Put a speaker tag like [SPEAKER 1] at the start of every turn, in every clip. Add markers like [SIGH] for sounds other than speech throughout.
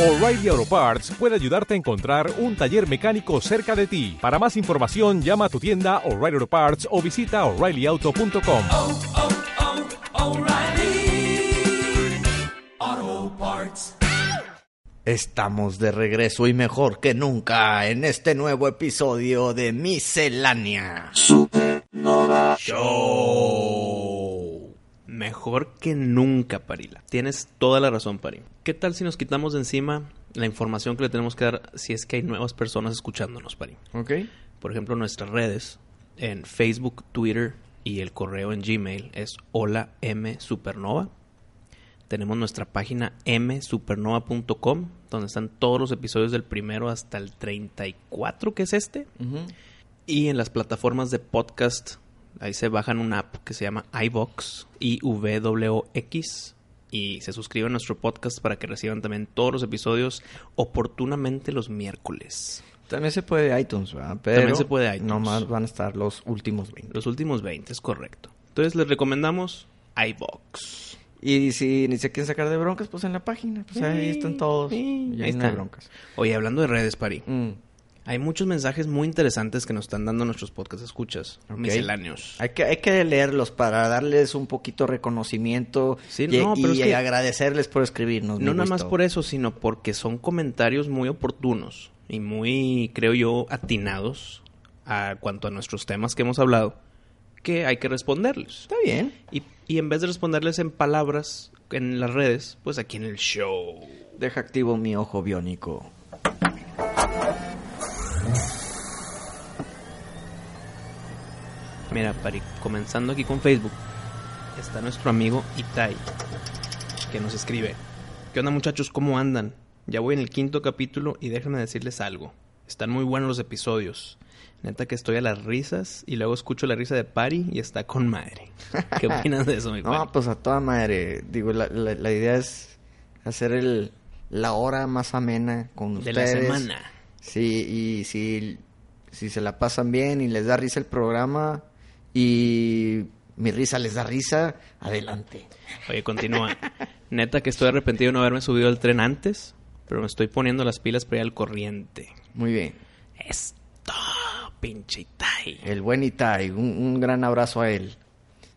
[SPEAKER 1] O'Reilly Auto Parts puede ayudarte a encontrar un taller mecánico cerca de ti. Para más información, llama a tu tienda O'Reilly Auto Parts o visita oreillyauto.com.
[SPEAKER 2] oh, oh, O'Reilly Auto Parts.
[SPEAKER 3] Estamos de regreso y mejor que nunca en este nuevo episodio de Miscelánea Supernova Show.
[SPEAKER 4] Mejor que nunca, Parila. Tienes toda la razón, Pari. ¿Qué tal si nos quitamos de encima la información que le tenemos que dar si es que hay nuevas personas escuchándonos, Pari?
[SPEAKER 5] ¿Ok?
[SPEAKER 4] Por ejemplo, nuestras redes en Facebook, Twitter y el correo en Gmail es hola M Supernova. Tenemos nuestra página msupernova.com donde están todos los episodios del primero hasta el 34 que es este. Y en las plataformas de podcast, ahí se bajan una app que se llama iVox, IWX, y se suscriben a nuestro podcast para que reciban también todos los episodios oportunamente los miércoles.
[SPEAKER 3] También se puede iTunes, ¿verdad? Pero
[SPEAKER 4] También se puede iTunes.
[SPEAKER 3] Nomás van a estar los últimos 20.
[SPEAKER 4] Los últimos 20, es correcto. Entonces les recomendamos iVox.
[SPEAKER 3] Y si ni se quieren sacar de broncas, pues en la página. Pues ahí están todos. Y ahí están
[SPEAKER 4] están.
[SPEAKER 3] broncas.
[SPEAKER 4] Oye, hablando de redes, Pari,
[SPEAKER 3] Mm.
[SPEAKER 4] hay muchos mensajes muy interesantes que nos están dando nuestros podcast escuchas,
[SPEAKER 3] Ok.
[SPEAKER 4] misceláneos.
[SPEAKER 3] Hay que, hay que leerlos para darles un poquito reconocimiento
[SPEAKER 4] Sí,
[SPEAKER 3] y,
[SPEAKER 4] no, pero
[SPEAKER 3] y
[SPEAKER 4] es que-
[SPEAKER 3] agradecerles por escribirnos.
[SPEAKER 4] No
[SPEAKER 3] me
[SPEAKER 4] nada más
[SPEAKER 3] gustó.
[SPEAKER 4] por e- eso, sino porque son comentarios muy oportunos y muy, creo yo, atinados a cuanto a nuestros temas que hemos hablado, que hay que responderles.
[SPEAKER 3] Está bien.
[SPEAKER 4] Y, y en vez de responderles en palabras en las redes, pues aquí en el show.
[SPEAKER 3] Deja activo mi ojo biónico.
[SPEAKER 4] Mira, Pari, comenzando aquí con Facebook, está nuestro amigo Itai, que nos escribe. ¿Qué onda muchachos? ¿Cómo andan? Ya voy en el quinto capítulo y déjenme decirles algo. Están muy buenos los episodios. Neta que estoy a las risas y luego escucho la risa de Pari y está con madre.
[SPEAKER 3] [LAUGHS]
[SPEAKER 4] ¿Qué opinas de eso, mi
[SPEAKER 3] No,
[SPEAKER 4] Pari?
[SPEAKER 3] pues a toda madre. Digo, la, la- la idea es hacer el, la hora más amena con
[SPEAKER 4] De
[SPEAKER 3] ustedes.
[SPEAKER 4] la semana.
[SPEAKER 3] Sí, y si, si se la pasan bien y les da risa el programa y mi risa les da risa, adelante.
[SPEAKER 4] Oye, continúa. Neta que estoy arrepentido de no haberme subido al tren antes, pero me estoy poniendo las pilas para ir al corriente.
[SPEAKER 3] Muy bien.
[SPEAKER 4] Esto, pinche Itai.
[SPEAKER 3] El buen Itai, un, un gran abrazo a él.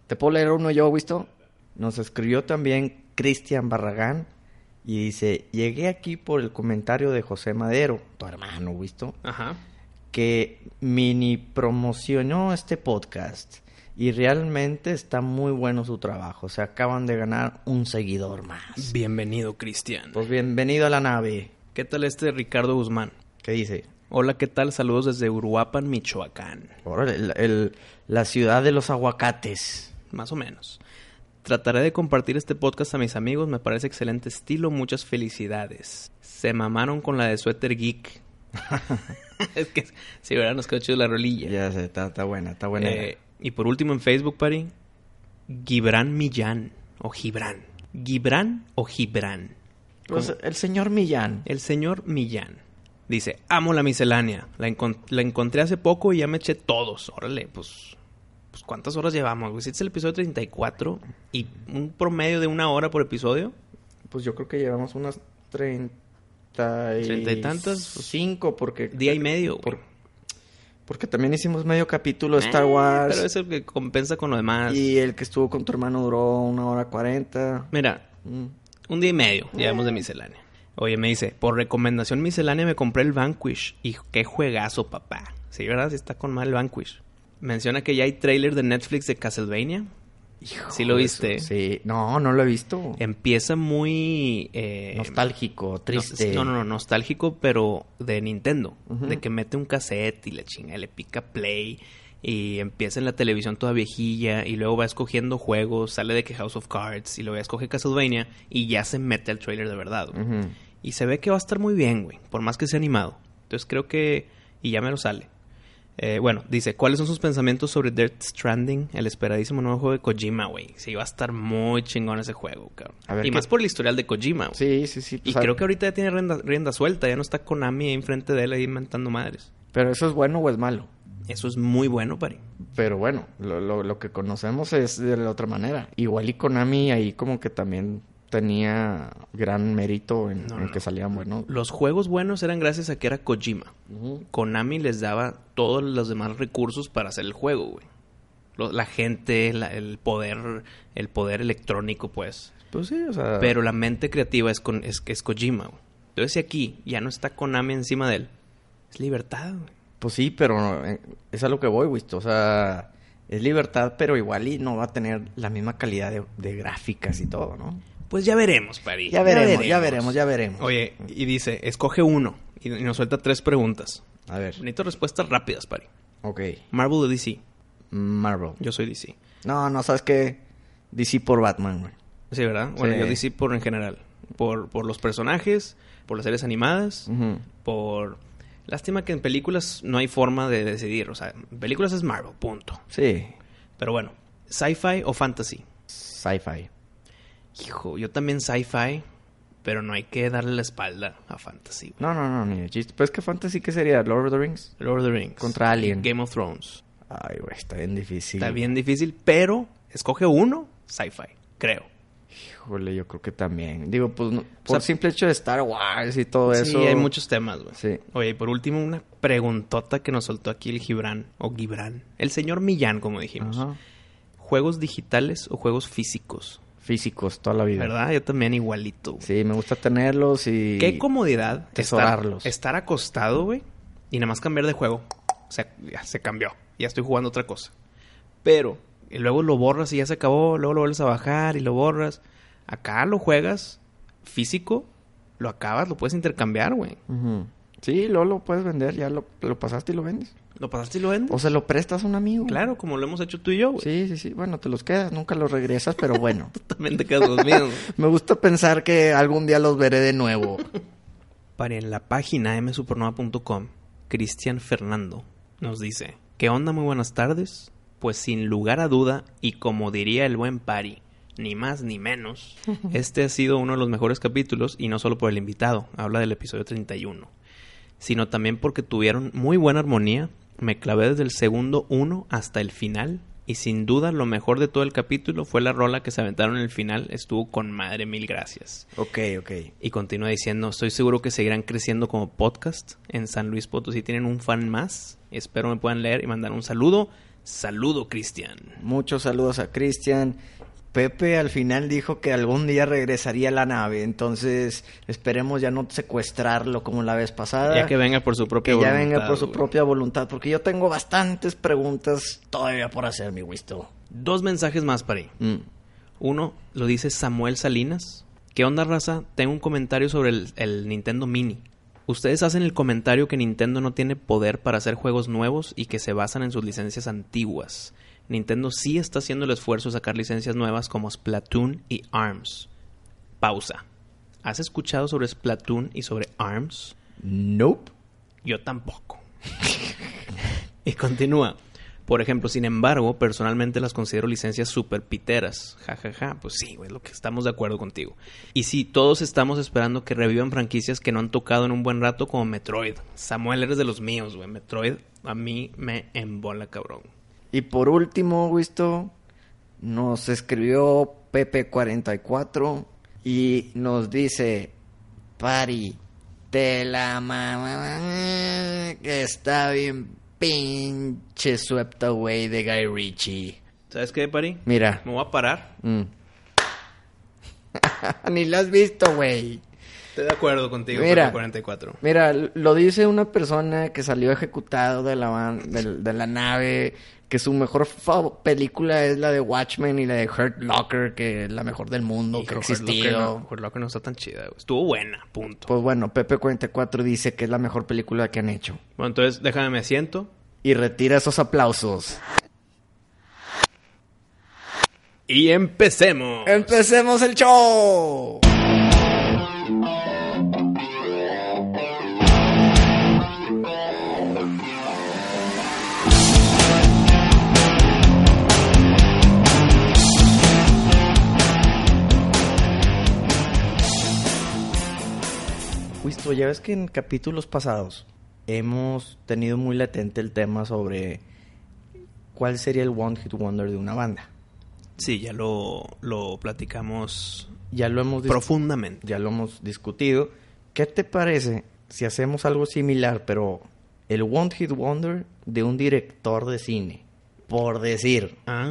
[SPEAKER 3] ¿Te puedo leer uno yo, visto? Nos escribió también Cristian Barragán y dice, llegué aquí por el comentario de José Madero, tu hermano, visto,
[SPEAKER 4] Ajá.
[SPEAKER 3] que mini promocionó este podcast y realmente está muy bueno su trabajo. Se acaban de ganar un seguidor más.
[SPEAKER 4] Bienvenido, Cristian.
[SPEAKER 3] Pues bienvenido a la nave.
[SPEAKER 4] ¿Qué tal este Ricardo Guzmán?
[SPEAKER 3] ¿Qué dice?
[SPEAKER 4] Hola, ¿qué tal? Saludos desde Uruapan, Michoacán.
[SPEAKER 3] Órale, el- el- la ciudad de los aguacates.
[SPEAKER 4] Más o menos. Trataré de compartir este podcast a mis amigos, me parece excelente estilo, muchas felicidades. Se mamaron con la de Suéter Geek. [LAUGHS] es que, si verán, nos quedó chido la rolilla.
[SPEAKER 3] Ya sé, está, está buena, está buena.
[SPEAKER 4] Eh, y por último en Facebook, Pari, Gibran Millán o Gibran. Gibran o Gibran.
[SPEAKER 3] Pues el señor Millán.
[SPEAKER 4] El señor Millán dice, amo la miscelánea. La, encon- la encontré hace poco y ya me eché todos. Órale, pues, pues ¿cuántas horas llevamos? güey? Si este es el episodio 34 y un promedio de una hora por episodio.
[SPEAKER 3] Pues yo creo que llevamos unas treinta y...
[SPEAKER 4] Treinta y tantas, pues,
[SPEAKER 3] Cinco, porque...
[SPEAKER 4] Día y medio. güey.
[SPEAKER 3] Por- porque también hicimos medio capítulo de Star
[SPEAKER 4] Eh,
[SPEAKER 3] Wars.
[SPEAKER 4] Pero es el que compensa con lo demás.
[SPEAKER 3] Y el que estuvo con tu hermano duró una hora cuarenta.
[SPEAKER 4] Mira,
[SPEAKER 3] Mm.
[SPEAKER 4] un día y medio llevamos de
[SPEAKER 3] Eh.
[SPEAKER 4] miscelánea. Oye, me dice, por recomendación miscelánea me compré el Vanquish. Y qué juegazo, papá. Sí, ¿verdad? Sí está con mal el Vanquish. Menciona que ya hay trailer de Netflix de Castlevania. ¿Sí lo
[SPEAKER 3] Joder,
[SPEAKER 4] viste?
[SPEAKER 3] eso- Sí. Eh, No, no lo he visto.
[SPEAKER 4] Empieza muy... eh,
[SPEAKER 3] Nostálgico, triste.
[SPEAKER 4] No, no, no, nostálgico, pero de Nintendo. De que mete un cassette y la chinga le pica play. Y empieza en la televisión toda viejilla. Y luego va escogiendo juegos. Sale de que House of Cards. Y luego ya escoge Castlevania. Y ya se mete al trailer de verdad. güey.
[SPEAKER 3] Ujú.
[SPEAKER 4] Y se ve que va a estar muy bien, güey. Por más que sea animado. Entonces creo que... Y ya me lo sale. Eh, bueno, dice, ¿cuáles son sus pensamientos sobre Death Stranding? El esperadísimo nuevo juego de Kojima, güey. Sí, va a estar muy chingón ese juego, cabrón.
[SPEAKER 3] A ver,
[SPEAKER 4] y
[SPEAKER 3] ¿qué-
[SPEAKER 4] más por el historial de Kojima, güey.
[SPEAKER 3] Sí, sí, sí.
[SPEAKER 4] Y
[SPEAKER 3] pues,
[SPEAKER 4] creo
[SPEAKER 3] ah,
[SPEAKER 4] que ahorita ya tiene rienda, rienda suelta, ya no está Konami ahí enfrente de él ahí inventando madres.
[SPEAKER 3] Pero eso es bueno o es malo.
[SPEAKER 4] Eso es muy bueno, Pari.
[SPEAKER 3] Pero bueno, lo, lo- lo que conocemos es de la otra manera. Igual y Konami ahí como que también tenía gran mérito en,
[SPEAKER 4] No,
[SPEAKER 3] en
[SPEAKER 4] no,
[SPEAKER 3] que salían buenos.
[SPEAKER 4] Los juegos buenos eran gracias a que era Kojima.
[SPEAKER 3] Ujú.
[SPEAKER 4] Konami les daba todos los demás recursos para hacer el juego, güey. Lo- La gente, la- el poder, el poder electrónico, pues.
[SPEAKER 3] Pues sí, o sea.
[SPEAKER 4] Pero la mente creativa es, con, es, es Kojima, güey. Entonces, si aquí ya no está Konami encima de él, es libertad, güey.
[SPEAKER 3] Pues sí, pero eh, es a lo que voy, güey. O sea, es libertad, pero igual y no va a tener la misma calidad de, de gráficas y todo, ¿no?
[SPEAKER 4] Pues ya veremos, Pari.
[SPEAKER 3] Ya veremos, ya veremos, ya veremos.
[SPEAKER 4] Oye, y dice, escoge uno. Y y nos suelta tres preguntas.
[SPEAKER 3] A ver.
[SPEAKER 4] Necesito respuestas rápidas, Pari.
[SPEAKER 3] Ok.
[SPEAKER 4] Marvel o DC.
[SPEAKER 3] Marvel.
[SPEAKER 4] Yo soy DC.
[SPEAKER 3] No, no, ¿sabes qué? DC por Batman, güey.
[SPEAKER 4] Sí, ¿verdad? Bueno,
[SPEAKER 3] Sí.
[SPEAKER 4] yo DC por en general. Por, por los personajes, por las series animadas,
[SPEAKER 3] Ujú.
[SPEAKER 4] por... Lástima que en películas no hay forma de decidir. O sea, en películas es Marvel, punto.
[SPEAKER 3] Sí.
[SPEAKER 4] Pero bueno, sci-fi o fantasy.
[SPEAKER 3] Sci-fi.
[SPEAKER 4] Hijo, yo también sci-fi, pero no hay que darle la espalda a fantasy. güey.
[SPEAKER 3] No, no, no, ni de chiste. Pues que fantasy, ¿qué sería? ¿Lord of the Rings?
[SPEAKER 4] Lord of the Rings.
[SPEAKER 3] Contra Alien.
[SPEAKER 4] Game of Thrones.
[SPEAKER 3] Ay, güey, está bien difícil.
[SPEAKER 4] Está bien difícil, pero escoge uno, sci-fi, creo.
[SPEAKER 3] Híjole, yo creo que también. Digo, pues, no- por
[SPEAKER 4] sea,
[SPEAKER 3] simple hecho de Star Wars y todo eso.
[SPEAKER 4] Sí, hay muchos temas, güey.
[SPEAKER 3] Sí.
[SPEAKER 4] Oye, y por último, una preguntota que nos soltó aquí el Gibran, o Gibran, el señor Millán, como dijimos.
[SPEAKER 3] Ajá.
[SPEAKER 4] ¿Juegos digitales o juegos físicos?
[SPEAKER 3] Físicos toda la vida.
[SPEAKER 4] ¿Verdad? Yo también igualito. güey.
[SPEAKER 3] Sí, me gusta tenerlos y...
[SPEAKER 4] Qué comodidad estar,
[SPEAKER 3] Tesorarlos.
[SPEAKER 4] estar acostado, güey, y nada más cambiar de juego. O sea, ya se cambió. Ya estoy jugando otra cosa. Pero y luego lo borras y ya se acabó, luego lo vuelves a bajar y lo borras. Acá lo juegas físico, lo acabas, lo puedes intercambiar, güey.
[SPEAKER 3] Ujú. Sí, luego lo puedes vender, ya lo, lo pasaste y lo vendes.
[SPEAKER 4] Lo pasaste y lo vendes.
[SPEAKER 3] O se lo prestas a un amigo.
[SPEAKER 4] Claro, como lo hemos hecho tú y yo, güey.
[SPEAKER 3] Sí, sí, sí. Bueno, te los quedas, nunca los regresas, pero bueno. [LAUGHS]
[SPEAKER 4] También te quedas dormido. güey.
[SPEAKER 3] me gusta pensar que algún día los veré de nuevo.
[SPEAKER 4] Para en la página msupernova.com, Cristian Fernando nos dice: ¿Qué onda? Muy buenas tardes. Pues sin lugar a duda, y como diría el buen Pari, ni más ni menos, este ha sido uno de los mejores capítulos, y no solo por el invitado, habla del episodio 31, sino también porque tuvieron muy buena armonía. Me clavé desde el segundo uno hasta el final, y sin duda lo mejor de todo el capítulo fue la rola que se aventaron en el final. Estuvo con madre, mil gracias.
[SPEAKER 3] ok, ok.
[SPEAKER 4] Y continúa diciendo, estoy seguro que seguirán creciendo como podcast en San Luis Potosí. Tienen un fan más. Espero me puedan leer y mandar un saludo. Saludo, Cristian.
[SPEAKER 3] Muchos saludos a Cristian. Pepe al final dijo que algún día regresaría a la nave, entonces esperemos ya no secuestrarlo como la vez pasada.
[SPEAKER 4] Ya que venga por su propia
[SPEAKER 3] Ah. Que ya
[SPEAKER 4] voluntad.
[SPEAKER 3] venga por su
[SPEAKER 4] güey.
[SPEAKER 3] propia voluntad, porque yo tengo bastantes preguntas todavía por hacer, mi Wisto.
[SPEAKER 4] Dos mensajes más para ahí. Uno lo dice Samuel Salinas. ¿Qué onda, raza? Tengo un comentario sobre el, el Nintendo Mini. Ustedes hacen el comentario que Nintendo no tiene poder para hacer juegos nuevos y que se basan en sus licencias antiguas. Nintendo sí está haciendo el esfuerzo de sacar licencias nuevas como Splatoon y ARMS. Pausa. ¿Has escuchado sobre Splatoon y sobre ARMS?
[SPEAKER 3] [LAUGHS] Nope.
[SPEAKER 4] Yo tampoco. [LAUGHS] y continúa. Por ejemplo, sin embargo, personalmente las considero licencias super piteras. Ja, ja, ja. Pues sí, güey, es lo que estamos de acuerdo contigo. Y sí, todos estamos esperando que revivan franquicias que no han tocado en un buen rato como Metroid. Samuel, eres de los míos, güey. Metroid a mí me embola, cabrón.
[SPEAKER 3] Y por último, Wisto, nos escribió Pepe44 y nos dice, Pari, te la mamá que está bien pinche swept away de Guy Ritchie.
[SPEAKER 4] ¿Sabes qué, Pari?
[SPEAKER 3] Mira.
[SPEAKER 4] Me voy a parar.
[SPEAKER 3] Mm. Ah, Ni la has visto, güey.
[SPEAKER 4] Estoy de acuerdo contigo,
[SPEAKER 3] Mira.
[SPEAKER 4] 44.
[SPEAKER 3] Mira, lo dice una persona que salió ejecutado de la, ban- del- de la nave, que su mejor fa- película es la de Watchmen y la de Hurt Locker, que es la mejor del mundo que ha existido.
[SPEAKER 4] Por lo que no está tan chida, güey. Estuvo buena, punto.
[SPEAKER 3] Pues bueno, Pepe44 dice que es la mejor película que han hecho.
[SPEAKER 4] Bueno, entonces déjame, me siento.
[SPEAKER 3] Y retira esos aplausos.
[SPEAKER 4] Y empecemos.
[SPEAKER 3] ¡Empecemos el show! Wisto, ya ves que en capítulos pasados hemos tenido muy latente el tema sobre cuál sería el One Hit Wonder de una banda.
[SPEAKER 4] Sí, ya lo, lo platicamos
[SPEAKER 3] Ya lo hemos dis-
[SPEAKER 4] profundamente.
[SPEAKER 3] ya lo hemos discutido. ¿Qué te parece si hacemos algo similar, pero el One Hit Wonder de un director de cine? Por decir,
[SPEAKER 4] Ah,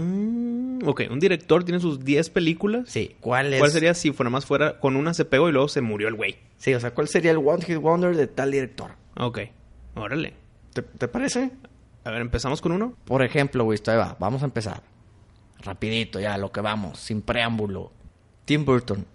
[SPEAKER 4] ok, un director tiene sus 10 películas.
[SPEAKER 3] sí, ¿cuál es?
[SPEAKER 4] ¿Cuál sería si fuera más fuera con una se pegó y luego se murió el güey?
[SPEAKER 3] Sí, o sea, ¿cuál sería el One Hit Wonder de tal director?
[SPEAKER 4] Ok, órale.
[SPEAKER 3] ¿Te, te parece?
[SPEAKER 4] A ver, empezamos con uno.
[SPEAKER 3] Por ejemplo, Wisto, ahí va, vamos a empezar. Rapidito ya, lo que vamos, sin preámbulo. Tim Burton.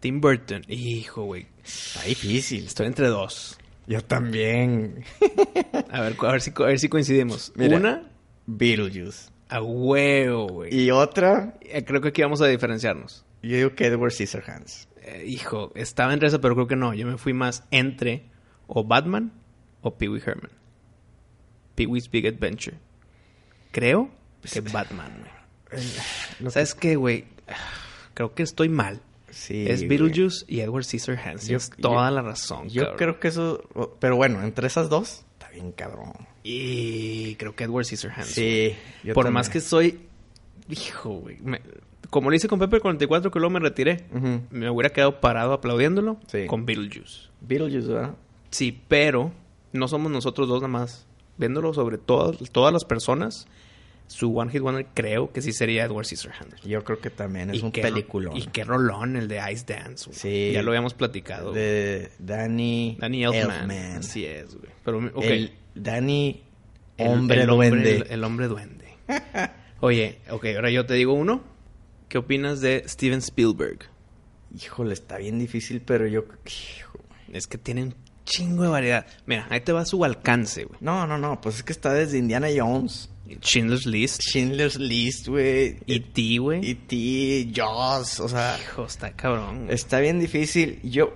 [SPEAKER 4] Tim Burton. Hijo, güey.
[SPEAKER 3] Está difícil.
[SPEAKER 4] Estoy entre dos.
[SPEAKER 3] Yo también.
[SPEAKER 4] [LAUGHS] A ver, cu- a ver si, co- a ver si coincidimos.
[SPEAKER 3] Mira.
[SPEAKER 4] Una
[SPEAKER 3] Beetlejuice.
[SPEAKER 4] a huevo, güey.
[SPEAKER 3] Y otra,
[SPEAKER 4] Eh, Creo que aquí vamos a diferenciarnos.
[SPEAKER 3] yo digo que Edward Scissorhands.
[SPEAKER 4] Eh, hijo, estaba entre esa, pero creo que no. Yo me fui más entre o Batman o Pee Wee Herman. Pee Wee's Big Adventure. Creo
[SPEAKER 3] [LAUGHS]
[SPEAKER 4] que Batman, güey. ¿Sabes qué, güey? Creo que estoy mal.
[SPEAKER 3] Sí,
[SPEAKER 4] es
[SPEAKER 3] güey.
[SPEAKER 4] Beetlejuice y Edward Scissorhands.
[SPEAKER 3] Yo-
[SPEAKER 4] Tienes toda
[SPEAKER 3] yo-
[SPEAKER 4] la razón,
[SPEAKER 3] Yo
[SPEAKER 4] cabrón.
[SPEAKER 3] creo que eso. Pero bueno, entre esas dos, está bien cabrón.
[SPEAKER 4] Y creo que Edward Scissorhands.
[SPEAKER 3] yo
[SPEAKER 4] Por
[SPEAKER 3] también.
[SPEAKER 4] más que soy... Hijo, güey. me- Como le hice con Pepe 44, que luego me retiré.
[SPEAKER 3] Ujú.
[SPEAKER 4] Me hubiera quedado parado aplaudiéndolo
[SPEAKER 3] Sí.
[SPEAKER 4] con Beetlejuice.
[SPEAKER 3] Beetlejuice, ¿verdad?
[SPEAKER 4] Sí, pero no somos nosotros dos nada más. Viéndolo sobre todas, todas las personas, su One Hit Wonder creo que sí sería Edward Scissorhands.
[SPEAKER 3] Yo creo que también es
[SPEAKER 4] Y
[SPEAKER 3] un
[SPEAKER 4] qué-
[SPEAKER 3] peliculón.
[SPEAKER 4] Y qué rolón el de Ice Dance. güey.
[SPEAKER 3] Sí.
[SPEAKER 4] Ya lo habíamos platicado. güey.
[SPEAKER 3] De Danny.
[SPEAKER 4] Danny Elfman.
[SPEAKER 3] Elfman.
[SPEAKER 4] Así es, güey. Pero, ok.
[SPEAKER 3] El Danny.
[SPEAKER 4] El-
[SPEAKER 3] Hombre
[SPEAKER 4] el
[SPEAKER 3] duende.
[SPEAKER 4] El, el hombre duende. [LAUGHS] Oye, ok, ahora yo te digo uno. ¿Qué opinas de Steven Spielberg?
[SPEAKER 3] Híjole, está bien difícil, pero yo. hijo.
[SPEAKER 4] Es que tiene un chingo de variedad. Mira, ahí te va su alcance, güey.
[SPEAKER 3] No, no, no. Pues es que está desde Indiana Jones.
[SPEAKER 4] Schindler's List,
[SPEAKER 3] Schindler's List, güey. E
[SPEAKER 4] E.T., güey.
[SPEAKER 3] E.T., Jaws. O sea,
[SPEAKER 4] Hijo, está cabrón. güey.
[SPEAKER 3] está bien difícil. Yo.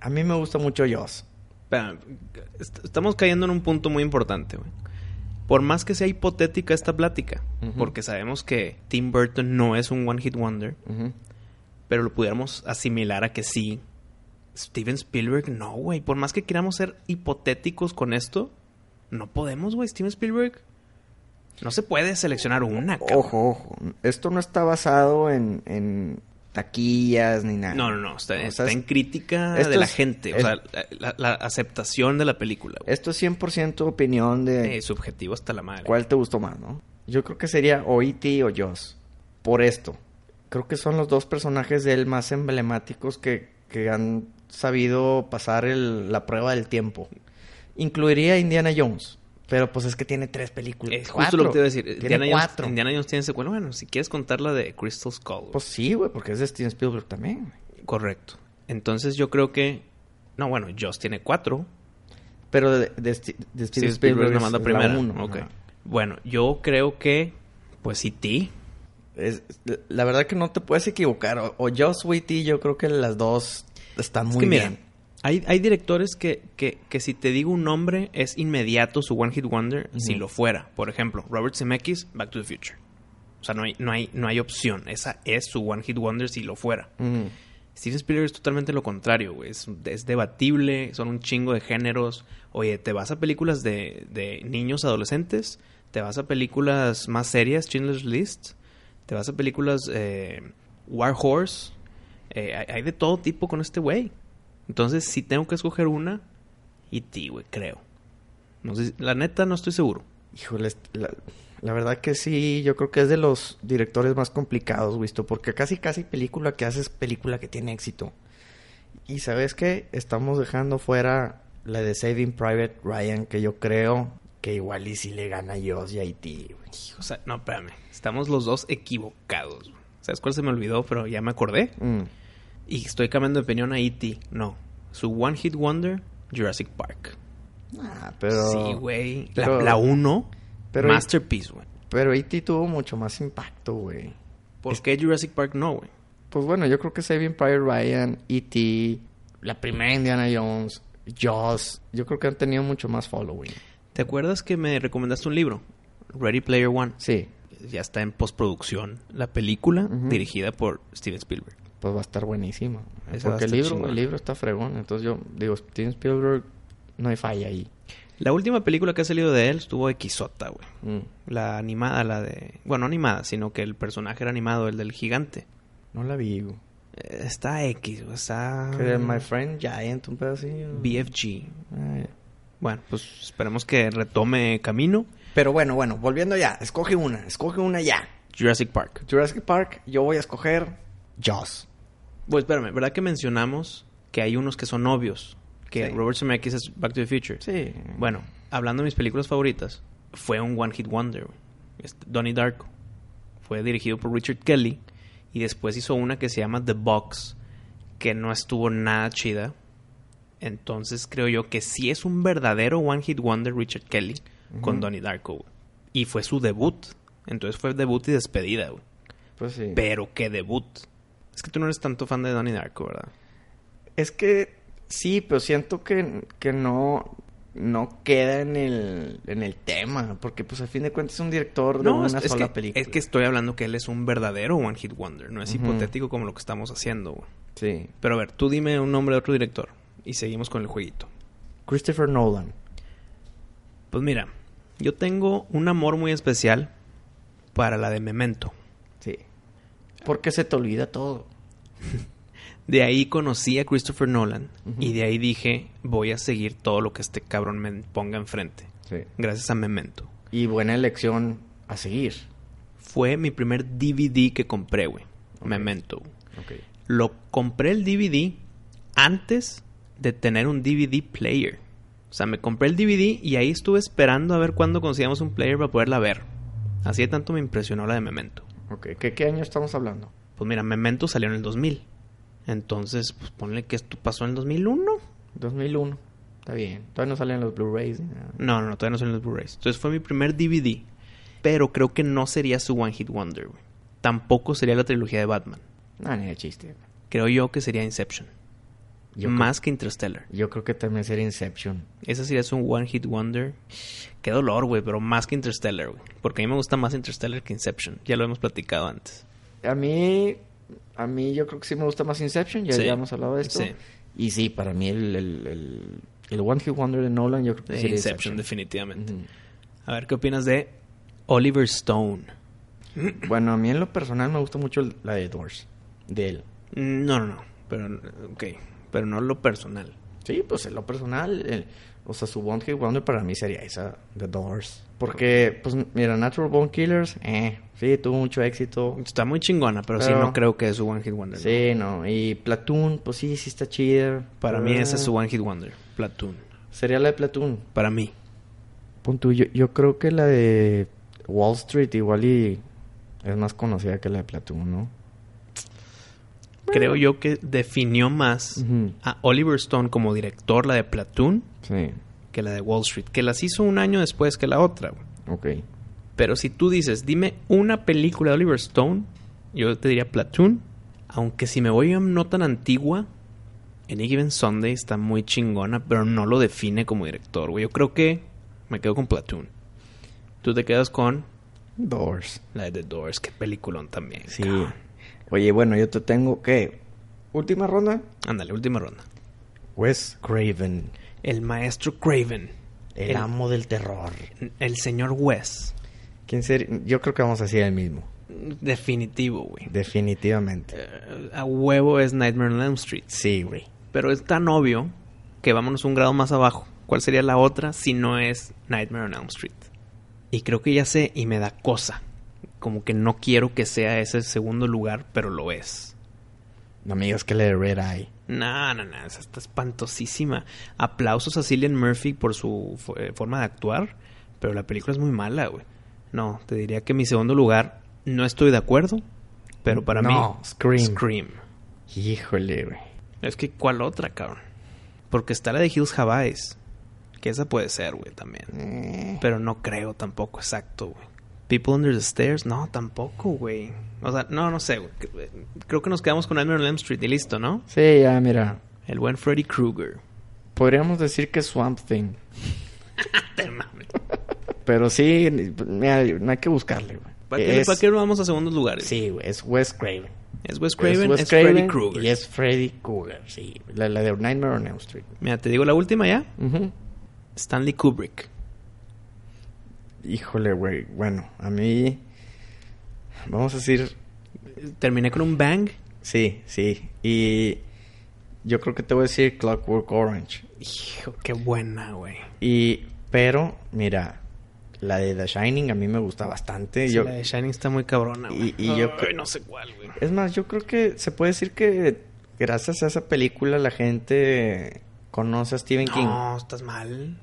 [SPEAKER 3] A mí me gusta mucho Jaws.
[SPEAKER 4] Espera, est- estamos cayendo en un punto muy importante, güey. Por más que sea hipotética esta plática,
[SPEAKER 3] Ujú.
[SPEAKER 4] porque sabemos que Tim Burton no es un one hit wonder,
[SPEAKER 3] Ujú.
[SPEAKER 4] pero lo pudiéramos asimilar a que sí. Steven Spielberg, no, güey. Por más que queramos ser hipotéticos con esto, no podemos, güey. Steven Spielberg, no se puede seleccionar una, cabrón.
[SPEAKER 3] Ojo, ojo. Esto no está basado en, en taquillas ni nada.
[SPEAKER 4] No, no, no. Está,
[SPEAKER 3] O sea,
[SPEAKER 4] está
[SPEAKER 3] es-
[SPEAKER 4] en crítica
[SPEAKER 3] esto
[SPEAKER 4] de la
[SPEAKER 3] es-
[SPEAKER 4] gente. O
[SPEAKER 3] es-
[SPEAKER 4] sea, la, la- la aceptación de la película, güey.
[SPEAKER 3] Esto es 100% opinión de
[SPEAKER 4] Eh, subjetivo hasta la madre.
[SPEAKER 3] cuál te gustó más, ¿no? Yo creo que sería o E.T. o Joss. Por esto. Creo que son los dos personajes de él más emblemáticos que, que han sabido pasar el- la prueba del tiempo. Incluiría a Indiana Jones. Pero pues es que tiene tres películas.
[SPEAKER 4] Es justo
[SPEAKER 3] cuatro.
[SPEAKER 4] lo que te iba a decir.
[SPEAKER 3] Tiene
[SPEAKER 4] Indiana Jones,
[SPEAKER 3] cuatro.
[SPEAKER 4] Indiana Jones tiene secuela. Bueno, si quieres contar la de Crystal Skull. güey.
[SPEAKER 3] Pues sí, güey, porque es de Steven Spielberg también. güey.
[SPEAKER 4] Correcto. Entonces yo creo que... No, bueno, Joss tiene cuatro.
[SPEAKER 3] Pero de, de Sti- de Steven Spielberg,
[SPEAKER 4] no
[SPEAKER 3] es
[SPEAKER 4] manda
[SPEAKER 3] la
[SPEAKER 4] primera.
[SPEAKER 3] uno,
[SPEAKER 4] Ok.
[SPEAKER 3] ajá.
[SPEAKER 4] Bueno, yo creo que... Pues E.T.
[SPEAKER 3] Es- la verdad que no te puedes equivocar. O, o Joss Witty, yo creo que las dos están
[SPEAKER 4] Es
[SPEAKER 3] muy
[SPEAKER 4] que mira,
[SPEAKER 3] bien.
[SPEAKER 4] hay, hay directores que, que, que si te digo un nombre es inmediato su One Hit Wonder si
[SPEAKER 3] Ujú.
[SPEAKER 4] lo fuera. Por ejemplo, Robert Zemeckis, Back to the Future. O sea, no hay, no, hay, no hay opción. Esa es su One Hit Wonder si lo fuera.
[SPEAKER 3] Ujú.
[SPEAKER 4] Steven Spielberg es totalmente lo contrario, güey. Es, es debatible, son un chingo de géneros. Oye, te vas a películas de, de niños, adolescentes, te vas a películas más serias, Schindler's List, te vas a películas eh, War Horse. Eh, hay, hay de todo tipo con este güey. Entonces, si tengo que escoger una, y ti, güey, creo. No sé, si- la neta no estoy seguro.
[SPEAKER 3] Híjole, est- la, la verdad que sí, yo creo que es de los directores más complicados, visto, porque casi casi película que haces película que tiene éxito. Y sabes qué, estamos dejando fuera la de Saving Private Ryan, que yo creo que igual y si le gana a Joss y a E.T., güey.
[SPEAKER 4] O sea, no, espérame. Estamos los dos equivocados. güey. ¿Sabes cuál se me olvidó? Pero ya me acordé.
[SPEAKER 3] Mm.
[SPEAKER 4] Y estoy cambiando de opinión a E.T. No. Su One Hit Wonder, Jurassic Park.
[SPEAKER 3] Ah, pero...
[SPEAKER 4] sí, güey.
[SPEAKER 3] pero-
[SPEAKER 4] La 1,
[SPEAKER 3] pero-
[SPEAKER 4] Masterpiece, güey.
[SPEAKER 3] Pero E.T. tuvo mucho más impacto, güey.
[SPEAKER 4] ¿Por qué Jurassic Park no, güey?
[SPEAKER 3] Pues bueno, yo creo que Saving Private Ryan, E.T., la primera Indiana Jones, Jaws, yo creo que han tenido mucho más following.
[SPEAKER 4] ¿Te acuerdas que me recomendaste un libro? Ready Player One.
[SPEAKER 3] Sí,
[SPEAKER 4] Ya está en postproducción la película
[SPEAKER 3] Ujú.
[SPEAKER 4] dirigida por Steven Spielberg.
[SPEAKER 3] pues va a estar buenísimo.
[SPEAKER 4] Esa va a
[SPEAKER 3] Porque el
[SPEAKER 4] estar
[SPEAKER 3] libro,
[SPEAKER 4] chingona.
[SPEAKER 3] el libro está fregón. Entonces yo digo, Steven Spielberg, no hay falla ahí.
[SPEAKER 4] La última película que ha salido de él estuvo Xota, güey.
[SPEAKER 3] Mm.
[SPEAKER 4] La animada, la de... Bueno, no animada, sino que el personaje era animado, el del gigante.
[SPEAKER 3] No la vi, güey.
[SPEAKER 4] Eh, Está X, güey, está...
[SPEAKER 3] Que era My Friend Giant, un pedacillo.
[SPEAKER 4] BFG.
[SPEAKER 3] Ay.
[SPEAKER 4] Bueno, pues esperemos que retome camino.
[SPEAKER 3] Pero bueno, bueno, volviendo ya. Escoge una, escoge una ya.
[SPEAKER 4] Jurassic Park.
[SPEAKER 3] Jurassic Park, yo voy a escoger Jaws.
[SPEAKER 4] Pues espérame, ¿verdad que mencionamos que hay unos que son obvios? Que
[SPEAKER 3] Sí.
[SPEAKER 4] Robert Zemeckis es Back to the Future.
[SPEAKER 3] Sí.
[SPEAKER 4] Bueno, hablando de mis películas favoritas, fue un One Hit Wonder, güey. Este, Donnie Darko. Fue dirigido por Richard Kelly y después hizo una que se llama The Box, que no estuvo nada chida. Entonces creo yo que sí es un verdadero One Hit Wonder Richard Kelly con Donnie Darko, güey. Y fue su debut. Entonces fue debut y despedida, güey.
[SPEAKER 3] Pues sí.
[SPEAKER 4] Pero qué debut. Es que tú no eres tanto fan de Donnie Darko, ¿verdad?
[SPEAKER 3] Es que sí, pero siento que, que no, no queda en el, en el tema. Porque pues al fin de cuentas es un director de una
[SPEAKER 4] es, es
[SPEAKER 3] sola
[SPEAKER 4] que,
[SPEAKER 3] película.
[SPEAKER 4] es que estoy hablando que él es un verdadero One Hit Wonder. No es
[SPEAKER 3] Ujú.
[SPEAKER 4] hipotético como lo que estamos haciendo, güey.
[SPEAKER 3] Sí.
[SPEAKER 4] Pero a ver, tú dime un nombre de otro director y seguimos con el jueguito.
[SPEAKER 3] Christopher Nolan.
[SPEAKER 4] Pues mira, yo tengo un amor muy especial para la de Memento.
[SPEAKER 3] Sí. Porque se te olvida todo.
[SPEAKER 4] De ahí conocí a Christopher Nolan y de ahí dije, voy a seguir todo lo que este cabrón me ponga enfrente.
[SPEAKER 3] Sí.
[SPEAKER 4] Gracias a Memento.
[SPEAKER 3] Y buena elección a seguir.
[SPEAKER 4] Fue mi primer DVD que compré, güey. Memento.
[SPEAKER 3] Ok.
[SPEAKER 4] Lo compré el DVD antes de tener un DVD player. O sea, me compré el DVD y ahí estuve esperando a ver cuándo conseguíamos un player para poderla ver. Así de tanto me impresionó la de Memento.
[SPEAKER 3] Ok. ¿Qué, qué año estamos hablando?
[SPEAKER 4] Pues mira, Memento salió en el 2000. Entonces, pues ponle que esto pasó en el 2001.
[SPEAKER 3] 2001. Está bien. Todavía no salen los Blu-rays. ni nada.
[SPEAKER 4] No, no, no, todavía no salen los Blu-rays. Entonces fue mi primer DVD. Pero creo que no sería su One Hit Wonder, güey. Tampoco sería la trilogía de Batman.
[SPEAKER 3] No, ni de chiste.
[SPEAKER 4] Creo yo que sería Inception.
[SPEAKER 3] Yo
[SPEAKER 4] más que Interstellar.
[SPEAKER 3] Yo creo que también sería Inception.
[SPEAKER 4] Esa sería su One Hit Wonder. Qué dolor, güey, pero más que Interstellar, güey. Porque a mí me gusta más Interstellar que Inception. Ya lo hemos platicado antes.
[SPEAKER 3] A mí, a mí yo creo que sí me gusta más Inception, ya,
[SPEAKER 4] Sí.
[SPEAKER 3] ya hemos hablado de esto.
[SPEAKER 4] Sí.
[SPEAKER 3] Y sí, para mí el, el, el, el One Hit Wonder de Nolan yo creo que
[SPEAKER 4] Eh,
[SPEAKER 3] sería
[SPEAKER 4] Inception,
[SPEAKER 3] Inception.
[SPEAKER 4] definitivamente. A ver, ¿qué opinas de Oliver Stone?
[SPEAKER 3] Ujú. Bueno, a mí en lo personal me gusta mucho el- la de Doors, de él.
[SPEAKER 4] Mm, No, no, no. Pero, ok. Pero no lo personal.
[SPEAKER 3] Sí, pues en lo personal, el- o sea, su One Hit Wonder para mí sería esa, The Doors. Porque, pues mira, Natural Bone Killers, eh, sí, tuvo mucho éxito.
[SPEAKER 4] Está muy chingona, pero, sí
[SPEAKER 3] Pero-
[SPEAKER 4] no creo que es su One Hit Wonder.
[SPEAKER 3] Sí, no, y Platoon, pues sí, sí está chida.
[SPEAKER 4] Para mí esa es su
[SPEAKER 3] Ah,
[SPEAKER 4] One Hit Wonder. Platoon.
[SPEAKER 3] Sería la de Platoon.
[SPEAKER 4] Para mí.
[SPEAKER 3] Pon tú, yo, yo creo que la de Wall Street igual y es más conocida que la de Platoon, ¿no?
[SPEAKER 4] Creo yo que definió más
[SPEAKER 3] Ujú.
[SPEAKER 4] a Oliver Stone como director la de Platoon
[SPEAKER 3] Sí,
[SPEAKER 4] que la de Wall Street. Que las hizo un año después que la otra, güey.
[SPEAKER 3] ok.
[SPEAKER 4] Pero si tú dices, dime una película de Oliver Stone, yo te diría Platoon. Aunque si me voy a no tan antigua, Any Given Sunday está muy chingona, pero no lo define como director, güey. Yo creo que me quedo con Platoon. Tú te quedas con
[SPEAKER 3] Doors.
[SPEAKER 4] la de The Doors, qué peliculón también.
[SPEAKER 3] Sí.
[SPEAKER 4] cabrón.
[SPEAKER 3] Oye, bueno, yo te tengo que... Última ronda.
[SPEAKER 4] Ándale, última ronda.
[SPEAKER 3] Wes Craven,
[SPEAKER 4] El maestro Craven.
[SPEAKER 3] el, amo del terror.
[SPEAKER 4] El señor Wes.
[SPEAKER 3] ¿Quién sería? Yo creo que vamos a decir el mismo,
[SPEAKER 4] Definitivo, güey.
[SPEAKER 3] definitivamente.
[SPEAKER 4] Eh, a huevo es Nightmare on Elm Street.
[SPEAKER 3] Sí, güey.
[SPEAKER 4] Pero es tan obvio que vámonos un grado más abajo. ¿Cuál sería la otra si no es Nightmare on Elm Street? Y creo que ya sé y me da cosa. Como que no quiero que sea ese segundo lugar, pero lo es.
[SPEAKER 3] No me digas que la de Red Eye.
[SPEAKER 4] No, no, no, esa está espantosísima. Aplausos a Cillian Murphy por su fo- eh, forma de actuar, pero la película es muy mala, güey. No, te diría que mi segundo lugar no estoy de acuerdo, pero para mí...
[SPEAKER 3] No, Scream.
[SPEAKER 4] Scream.
[SPEAKER 3] Híjole, güey.
[SPEAKER 4] Es que, ¿cuál otra, cabrón? Porque está la de Hills Have Eyes, que esa puede ser, güey, también.
[SPEAKER 3] Eh.
[SPEAKER 4] Pero no creo tampoco, exacto, güey. People Under the Stairs, no, tampoco, güey. O sea, no, no sé, güey. Creo que nos quedamos con Nightmare on Elm Street y listo, ¿no?
[SPEAKER 3] Sí, ya, mira.
[SPEAKER 4] El buen Freddy Krueger.
[SPEAKER 3] Podríamos decir que Swamp Thing.
[SPEAKER 4] Te mames.
[SPEAKER 3] Pero sí, mira, no hay que buscarle, güey.
[SPEAKER 4] ¿Para qué,
[SPEAKER 3] Es-
[SPEAKER 4] para qué nos vamos a segundos lugares?
[SPEAKER 3] Sí, güey, es Wes Craven.
[SPEAKER 4] Es Wes Craven, es,
[SPEAKER 3] Wes
[SPEAKER 4] Freddy
[SPEAKER 3] Craven
[SPEAKER 4] Krueger.
[SPEAKER 3] Y es Freddy Krueger, sí. La, la de Nightmare on Elm Street.
[SPEAKER 4] Mira, te digo la última ya. Stanley Kubrick.
[SPEAKER 3] Híjole, güey. Bueno, a mí. Vamos a decir.
[SPEAKER 4] Terminé con un bang.
[SPEAKER 3] Sí, sí. Y. Yo creo que te voy a decir Clockwork Orange.
[SPEAKER 4] Hijo, qué buena, güey.
[SPEAKER 3] Y. Pero, mira. La de The Shining a mí me gusta bastante.
[SPEAKER 4] Sí,
[SPEAKER 3] yo,
[SPEAKER 4] La de Shining está muy cabrona, güey.
[SPEAKER 3] Y- y yo-
[SPEAKER 4] Ay, no sé cuál, güey.
[SPEAKER 3] Es más, yo creo que se puede decir que. Gracias a esa película la gente conoce a Stephen King.
[SPEAKER 4] No, estás mal.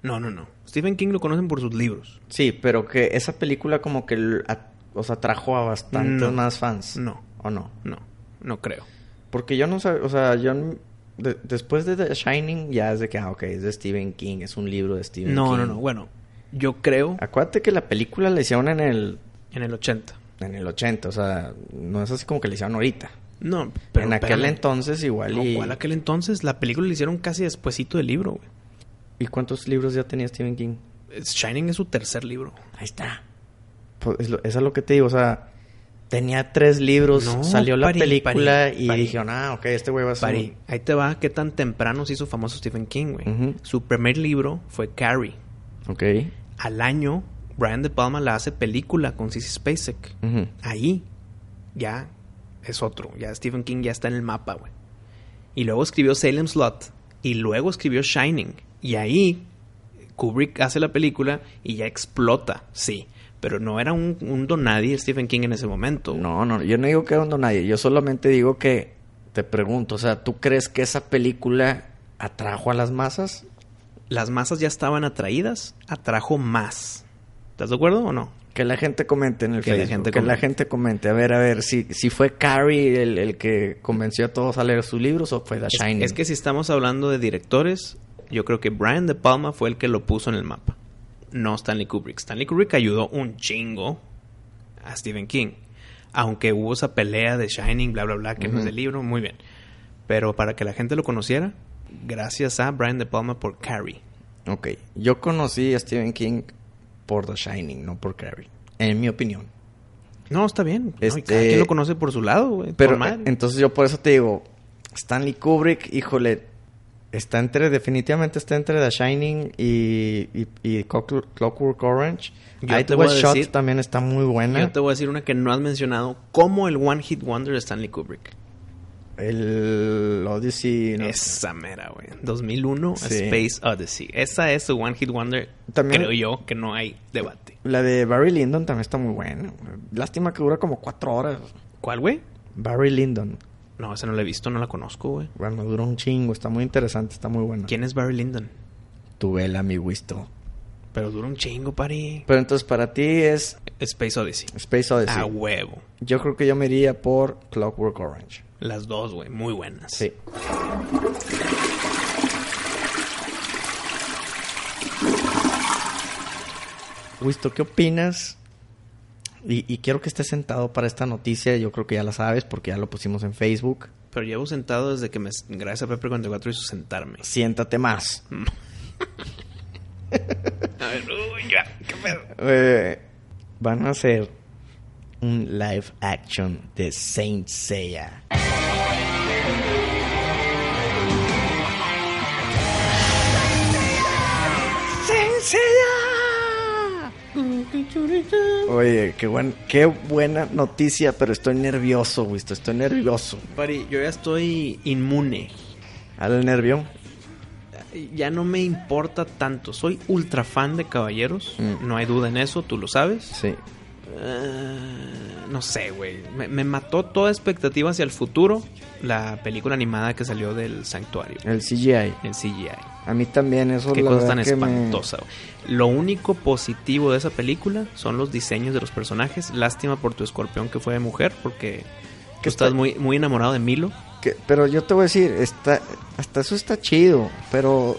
[SPEAKER 4] No, no, no. Stephen King lo conocen por sus libros.
[SPEAKER 3] Sí, pero que esa película como que... l- a- o sea, trajo a bastantes
[SPEAKER 4] No.
[SPEAKER 3] más fans.
[SPEAKER 4] No.
[SPEAKER 3] ¿O no?
[SPEAKER 4] No, no creo.
[SPEAKER 3] Porque yo no sé, o sea, yo n- de- después de The Shining ya es de que, ah, ok, es de Stephen King, es un libro de Stephen
[SPEAKER 4] No,
[SPEAKER 3] King.
[SPEAKER 4] no, no. Bueno, yo creo
[SPEAKER 3] Acuérdate que la película la hicieron en el,
[SPEAKER 4] en el 80.
[SPEAKER 3] en el 80, o sea, no es así como que la hicieron ahorita.
[SPEAKER 4] No, pero
[SPEAKER 3] en aquel
[SPEAKER 4] espérame.
[SPEAKER 3] entonces igual
[SPEAKER 4] No,
[SPEAKER 3] y...
[SPEAKER 4] ¿Cuál aquel entonces? La película la hicieron casi despuesito del libro, güey.
[SPEAKER 3] ¿Y cuántos libros ya tenía Stephen King?
[SPEAKER 4] Es- Shining es su tercer libro.
[SPEAKER 3] Ahí está. Pues es lo, eso es lo que te digo, o sea, tenía tres libros,
[SPEAKER 4] No,
[SPEAKER 3] salió la
[SPEAKER 4] pari,
[SPEAKER 3] película
[SPEAKER 4] pari,
[SPEAKER 3] y
[SPEAKER 4] pari.
[SPEAKER 3] dijeron, ah, ok, este güey va a ser...
[SPEAKER 4] Pari,
[SPEAKER 3] un-
[SPEAKER 4] ahí te va qué tan temprano se hizo famoso Stephen King, güey.
[SPEAKER 3] Ujú.
[SPEAKER 4] Su primer libro fue Carrie.
[SPEAKER 3] Ok.
[SPEAKER 4] Al año, Brian De Palma la hace película con Sissy Spacek.
[SPEAKER 3] Ujú.
[SPEAKER 4] Ahí ya es otro. Ya Stephen King ya está en el mapa, güey. Y luego escribió Salem Slot. Y luego escribió Shining. Y ahí Kubrick hace la película y ya explota, sí. Pero no era un, un donadie Stephen King en ese momento.
[SPEAKER 3] No, no, yo no digo que hondo nadie, yo solamente digo que te pregunto, o sea, ¿tú crees que esa película atrajo a las masas?
[SPEAKER 4] Las masas ya estaban atraídas, atrajo más. ¿Estás de acuerdo o no?
[SPEAKER 3] Que la gente comente en el
[SPEAKER 4] Que la
[SPEAKER 3] Facebook,
[SPEAKER 4] gente
[SPEAKER 3] que la
[SPEAKER 4] comente.
[SPEAKER 3] gente comente, a ver, a ver, si, si fue Carrie el, el que convenció a todos a leer sus libros o fue The
[SPEAKER 4] Es-
[SPEAKER 3] Shining.
[SPEAKER 4] Es, que si estamos hablando de directores, yo creo que Brian De Palma fue el que lo puso en el mapa. No Stanley Kubrick. Stanley Kubrick ayudó un chingo a Stephen King. Aunque hubo esa pelea de Shining, bla, bla, bla, que no es del libro, muy bien. Pero para que la gente lo conociera, gracias a Brian De Palma por Carrie.
[SPEAKER 3] Ok, yo conocí a Stephen King por The Shining, no por Carrie, en mi opinión.
[SPEAKER 4] No, está bien. No, y
[SPEAKER 3] Este-
[SPEAKER 4] cada quien lo conoce por su lado, güey. por
[SPEAKER 3] Pero
[SPEAKER 4] madre.
[SPEAKER 3] eh, entonces yo por eso te digo, Stanley Kubrick, híjole, está entre, definitivamente está entre The Shining y, y, y Clock- Clockwork Orange.
[SPEAKER 4] Yo
[SPEAKER 3] I
[SPEAKER 4] te
[SPEAKER 3] Do a
[SPEAKER 4] voy a
[SPEAKER 3] Shot
[SPEAKER 4] decir-
[SPEAKER 3] también está muy buena.
[SPEAKER 4] Yo te voy a decir una que no has mencionado, como el One Hit Wonder de Stanley Kubrick.
[SPEAKER 3] El Odyssey, no sé.
[SPEAKER 4] Esa mera, güey. 2001,
[SPEAKER 3] Sí.
[SPEAKER 4] A Space Odyssey. Esa es su One Hit Wonder.
[SPEAKER 3] También-
[SPEAKER 4] Creo yo que no hay debate.
[SPEAKER 3] la de Barry Lyndon también está muy buena. Lástima que dura como cuatro horas.
[SPEAKER 4] ¿Cuál, güey?
[SPEAKER 3] Barry Lyndon,
[SPEAKER 4] No, esa no la he visto, no la conozco, güey.
[SPEAKER 3] bueno, dura un chingo, está muy interesante, está muy buena.
[SPEAKER 4] ¿Quién es Barry Lyndon?
[SPEAKER 3] Tu vela, mi Wisto.
[SPEAKER 4] Pero dura un chingo, pari.
[SPEAKER 3] Pero entonces para ti es
[SPEAKER 4] Space Odyssey.
[SPEAKER 3] Space Odyssey.
[SPEAKER 4] A huevo.
[SPEAKER 3] Yo creo que yo me iría por Clockwork Orange.
[SPEAKER 4] Las dos, güey. Muy buenas.
[SPEAKER 3] Sí. Wisto, ¿qué opinas? Y, y quiero que estés sentado para esta noticia. Yo creo que ya la sabes porque ya lo pusimos en Facebook.
[SPEAKER 4] Pero llevo sentado desde que me... Gracias a Pepe 44 hizo sentarme.
[SPEAKER 3] Siéntate más.
[SPEAKER 4] A ver, uy, ya. ¿Qué pedo?
[SPEAKER 3] Eh, van a hacer un live action de Saint Seiya. Saint Seiya. Oye, qué, buen, qué buena noticia, pero estoy nervioso, Wisto, estoy nervioso.
[SPEAKER 4] Pari, yo ya estoy inmune.
[SPEAKER 3] Al nervio.
[SPEAKER 4] ya no me importa tanto. Soy ultra fan de Caballeros.
[SPEAKER 3] Mm.
[SPEAKER 4] No hay duda en eso, tú lo sabes.
[SPEAKER 3] Sí.
[SPEAKER 4] Eh, no sé, güey. Me, me mató toda expectativa hacia el futuro la película animada que salió del santuario.
[SPEAKER 3] El CGI.
[SPEAKER 4] En CGI.
[SPEAKER 3] A mí también eso
[SPEAKER 4] Qué
[SPEAKER 3] Pues la
[SPEAKER 4] cosa
[SPEAKER 3] verdad
[SPEAKER 4] tan
[SPEAKER 3] que me-
[SPEAKER 4] espantosa. güey. Lo único positivo de esa película son los diseños de los personajes. Lástima por tu escorpión que fue de mujer porque
[SPEAKER 3] Que
[SPEAKER 4] tú estás
[SPEAKER 3] está-
[SPEAKER 4] muy, muy enamorado de Milo.
[SPEAKER 3] Que- pero yo te voy a decir, está, hasta eso está chido, pero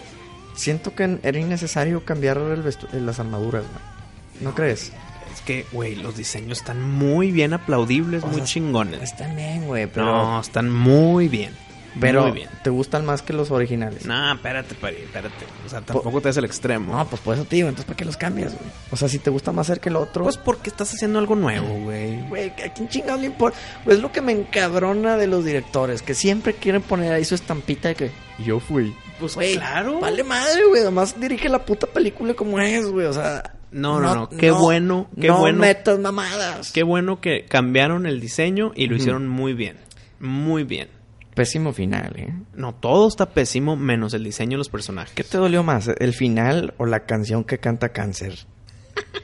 [SPEAKER 3] siento que era innecesario cambiar el vestu- eh, las armaduras, güey. ¿No crees?
[SPEAKER 4] Es que, güey, los diseños están muy bien aplaudibles,
[SPEAKER 3] O
[SPEAKER 4] muy
[SPEAKER 3] sea,
[SPEAKER 4] chingones.
[SPEAKER 3] Están bien, güey, pero
[SPEAKER 4] No, están muy bien.
[SPEAKER 3] Pero,
[SPEAKER 4] Muy bien.
[SPEAKER 3] ¿te gustan más que los originales?
[SPEAKER 4] No, espérate, pari, espérate. O sea, tampoco te des el extremo.
[SPEAKER 3] No, pues por eso te digo, entonces ¿para qué los cambias, güey? O sea, si te gusta más ser que el otro.
[SPEAKER 4] Pues porque estás haciendo algo nuevo, güey.
[SPEAKER 3] güey, ¿a quién chingados le importa? Pues es lo que me encabrona de los directores, que siempre quieren poner ahí su estampita de que yo fui.
[SPEAKER 4] Pues
[SPEAKER 3] Güey,
[SPEAKER 4] claro.
[SPEAKER 3] Vale madre, güey. Además dirige la puta película como es, güey. O sea.
[SPEAKER 4] No, no, no, qué bueno, qué
[SPEAKER 3] no
[SPEAKER 4] bueno.
[SPEAKER 3] metas mamadas.
[SPEAKER 4] Qué bueno que cambiaron el diseño y lo hicieron muy bien. Muy bien.
[SPEAKER 3] pésimo final, ¿eh?
[SPEAKER 4] No, todo está pésimo menos el diseño de los personajes. [LAUGHS]
[SPEAKER 3] ¿Qué te dolió más? ¿El final o la canción que canta Cáncer?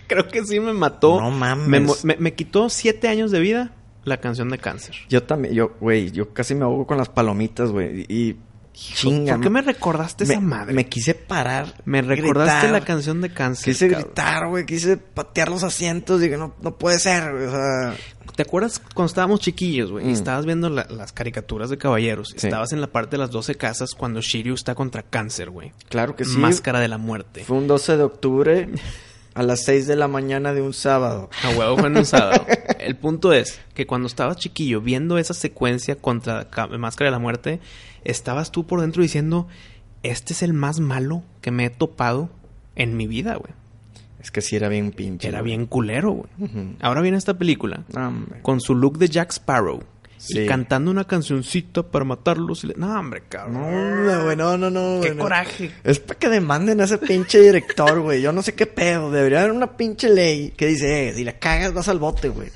[SPEAKER 4] Creo que sí me mató.
[SPEAKER 3] No mames.
[SPEAKER 4] Me, mo- me- me quitó siete años de vida la canción de cáncer.
[SPEAKER 3] Yo también, yo, güey, yo casi me ahogo con las palomitas, güey. Y. y chinga.
[SPEAKER 4] ¿Por qué me recordaste
[SPEAKER 3] me-
[SPEAKER 4] esa madre?
[SPEAKER 3] Me
[SPEAKER 4] Me,
[SPEAKER 3] quise parar.
[SPEAKER 4] recordaste
[SPEAKER 3] gritar.
[SPEAKER 4] la canción de cáncer.
[SPEAKER 3] Quise
[SPEAKER 4] cabrón.
[SPEAKER 3] gritar, güey. Quise patear los asientos. Digo, no, no puede ser, güey. O sea.
[SPEAKER 4] ¿Te acuerdas cuando estábamos chiquillos, güey?
[SPEAKER 3] Mm.
[SPEAKER 4] Y estabas viendo la- las caricaturas de caballeros.
[SPEAKER 3] Sí.
[SPEAKER 4] Estabas en la parte de las 12 casas cuando Shiryu está contra cáncer, güey.
[SPEAKER 3] Claro que sí.
[SPEAKER 4] Máscara de la muerte.
[SPEAKER 3] Fue un 12 de octubre a las 6 de la mañana de un sábado.
[SPEAKER 4] A huevo fue en un
[SPEAKER 3] [LAUGHS]
[SPEAKER 4] sábado. El punto es que cuando estabas chiquillo viendo esa secuencia contra Ca- Máscara de la Muerte, estabas tú por dentro diciendo, este es el más malo que me he topado en mi vida, güey.
[SPEAKER 3] Es que sí era bien pinche.
[SPEAKER 4] Era
[SPEAKER 3] güey.
[SPEAKER 4] bien culero, güey.
[SPEAKER 3] Ujú.
[SPEAKER 4] Ahora viene esta película
[SPEAKER 3] No, hombre.
[SPEAKER 4] con su look de Jack Sparrow
[SPEAKER 3] Sí.
[SPEAKER 4] y cantando una cancioncita para matarlos. y le- No, hombre,
[SPEAKER 3] No,
[SPEAKER 4] cabrón.
[SPEAKER 3] hombre, güey, no, no,
[SPEAKER 4] Ah,
[SPEAKER 3] no.
[SPEAKER 4] Qué
[SPEAKER 3] güey, no.
[SPEAKER 4] coraje.
[SPEAKER 3] Es para que demanden a ese pinche director, güey. Yo no sé qué pedo. Debería haber una pinche ley que dice, eh, si la cagas vas al
[SPEAKER 4] [LAUGHS]
[SPEAKER 3] bote, güey.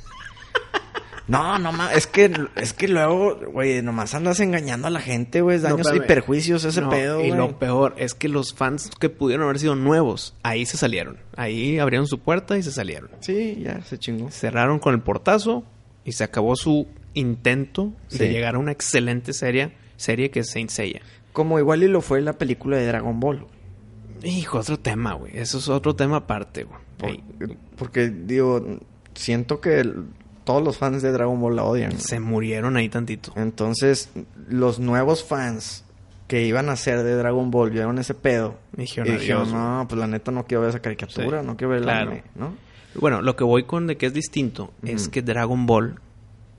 [SPEAKER 3] No, no más. Es que, es que luego, güey, nomás andas engañando a la gente, güey.
[SPEAKER 4] No,
[SPEAKER 3] Daños y
[SPEAKER 4] espérame.
[SPEAKER 3] perjuicios ese
[SPEAKER 4] No,
[SPEAKER 3] pedo,
[SPEAKER 4] Y
[SPEAKER 3] güey.
[SPEAKER 4] lo peor es que los fans que pudieron haber sido nuevos, ahí se salieron. Ahí abrieron su puerta y se salieron.
[SPEAKER 3] Sí, ya, se chingó.
[SPEAKER 4] cerraron con el portazo y se acabó su intento
[SPEAKER 3] Sí.
[SPEAKER 4] de llegar a una excelente serie, serie que es Saint Seiya.
[SPEAKER 3] Como igual y lo fue la película de Dragon Ball, güey.
[SPEAKER 4] Hijo, otro tema, güey. Eso es otro tema aparte, güey.
[SPEAKER 3] Por-
[SPEAKER 4] Ey,
[SPEAKER 3] porque, digo, siento que el- todos los fans de Dragon Ball la odian.
[SPEAKER 4] Se murieron ahí tantito.
[SPEAKER 3] Entonces, los nuevos fans que iban a ser de Dragon Ball vieron ese pedo.
[SPEAKER 4] Y dijeron,
[SPEAKER 3] y dijeron,
[SPEAKER 4] "Adiós,
[SPEAKER 3] no, pues la neta no quiero ver esa caricatura,
[SPEAKER 4] Sí,
[SPEAKER 3] no quiero ver el
[SPEAKER 4] claro.
[SPEAKER 3] anime", ¿no?
[SPEAKER 4] Bueno, lo que voy con de que es distinto es
[SPEAKER 3] Ujú.
[SPEAKER 4] que Dragon Ball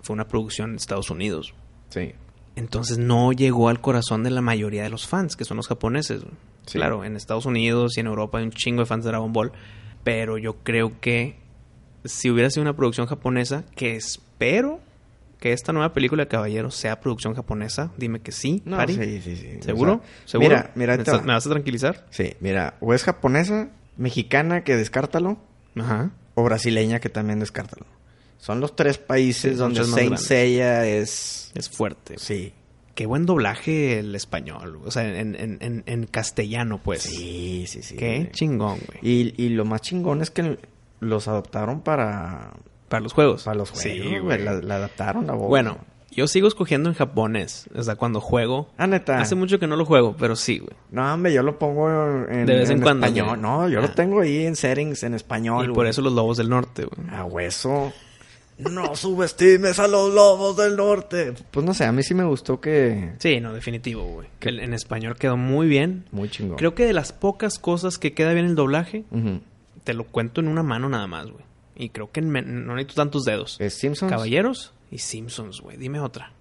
[SPEAKER 4] fue una producción en Estados Unidos.
[SPEAKER 3] Sí.
[SPEAKER 4] Entonces no llegó al corazón de la mayoría de los fans, que son los japoneses. güey.
[SPEAKER 3] Sí.
[SPEAKER 4] Claro, en Estados Unidos y en Europa hay un chingo de fans de Dragon Ball, pero yo creo que si hubiera sido una producción japonesa, que espero que esta nueva película de Caballeros sea producción japonesa, dime que sí,
[SPEAKER 3] No,
[SPEAKER 4] Ari.
[SPEAKER 3] sí, sí, sí.
[SPEAKER 4] ¿Seguro?
[SPEAKER 3] O sea,
[SPEAKER 4] ¿Seguro?
[SPEAKER 3] Mira, mira, ahí
[SPEAKER 4] ¿Me,
[SPEAKER 3] te
[SPEAKER 4] estás-
[SPEAKER 3] va.
[SPEAKER 4] me vas a tranquilizar?
[SPEAKER 3] Sí, mira, o es japonesa, mexicana que descártalo,
[SPEAKER 4] Ajá.
[SPEAKER 3] o brasileña que también descártalo. Son los tres países
[SPEAKER 4] Sí,
[SPEAKER 3] donde
[SPEAKER 4] muchas más
[SPEAKER 3] Saint
[SPEAKER 4] grandes.
[SPEAKER 3] Seiya es
[SPEAKER 4] Es fuerte.
[SPEAKER 3] sí.
[SPEAKER 4] Qué buen doblaje el español, o sea, en, en- en- en castellano, pues.
[SPEAKER 3] Sí, sí, sí.
[SPEAKER 4] Qué
[SPEAKER 3] güey.
[SPEAKER 4] chingón, güey.
[SPEAKER 3] Y, y lo más chingón es que los adoptaron para,
[SPEAKER 4] Para los juegos.
[SPEAKER 3] para los
[SPEAKER 4] Sí,
[SPEAKER 3] juegos. güey. La, la adaptaron la voz.
[SPEAKER 4] Bueno, yo sigo escogiendo en japonés. O sea, cuando juego.
[SPEAKER 3] Ah, neta.
[SPEAKER 4] Hace mucho que no lo juego, pero sí, güey.
[SPEAKER 3] No, hombre, yo lo pongo en,
[SPEAKER 4] De vez en cuando,
[SPEAKER 3] español.
[SPEAKER 4] güey.
[SPEAKER 3] No, yo lo
[SPEAKER 4] Ah.
[SPEAKER 3] tengo ahí en settings en español.
[SPEAKER 4] y por
[SPEAKER 3] güey.
[SPEAKER 4] eso los lobos del norte, güey.
[SPEAKER 3] A hueso. No subestimes a los lobos del norte. Pues no sé, a mí sí me gustó que.
[SPEAKER 4] Sí, no, definitivo, güey. El- En español quedó muy bien.
[SPEAKER 3] Muy chingón.
[SPEAKER 4] Creo que de las pocas cosas que queda bien el doblaje,
[SPEAKER 3] Ujú.
[SPEAKER 4] te lo cuento en una mano nada más, güey. Y creo que en me- no necesito tantos dedos.
[SPEAKER 3] ¿Es Eh, Simpsons?
[SPEAKER 4] Caballeros y Simpsons, güey. Dime otra.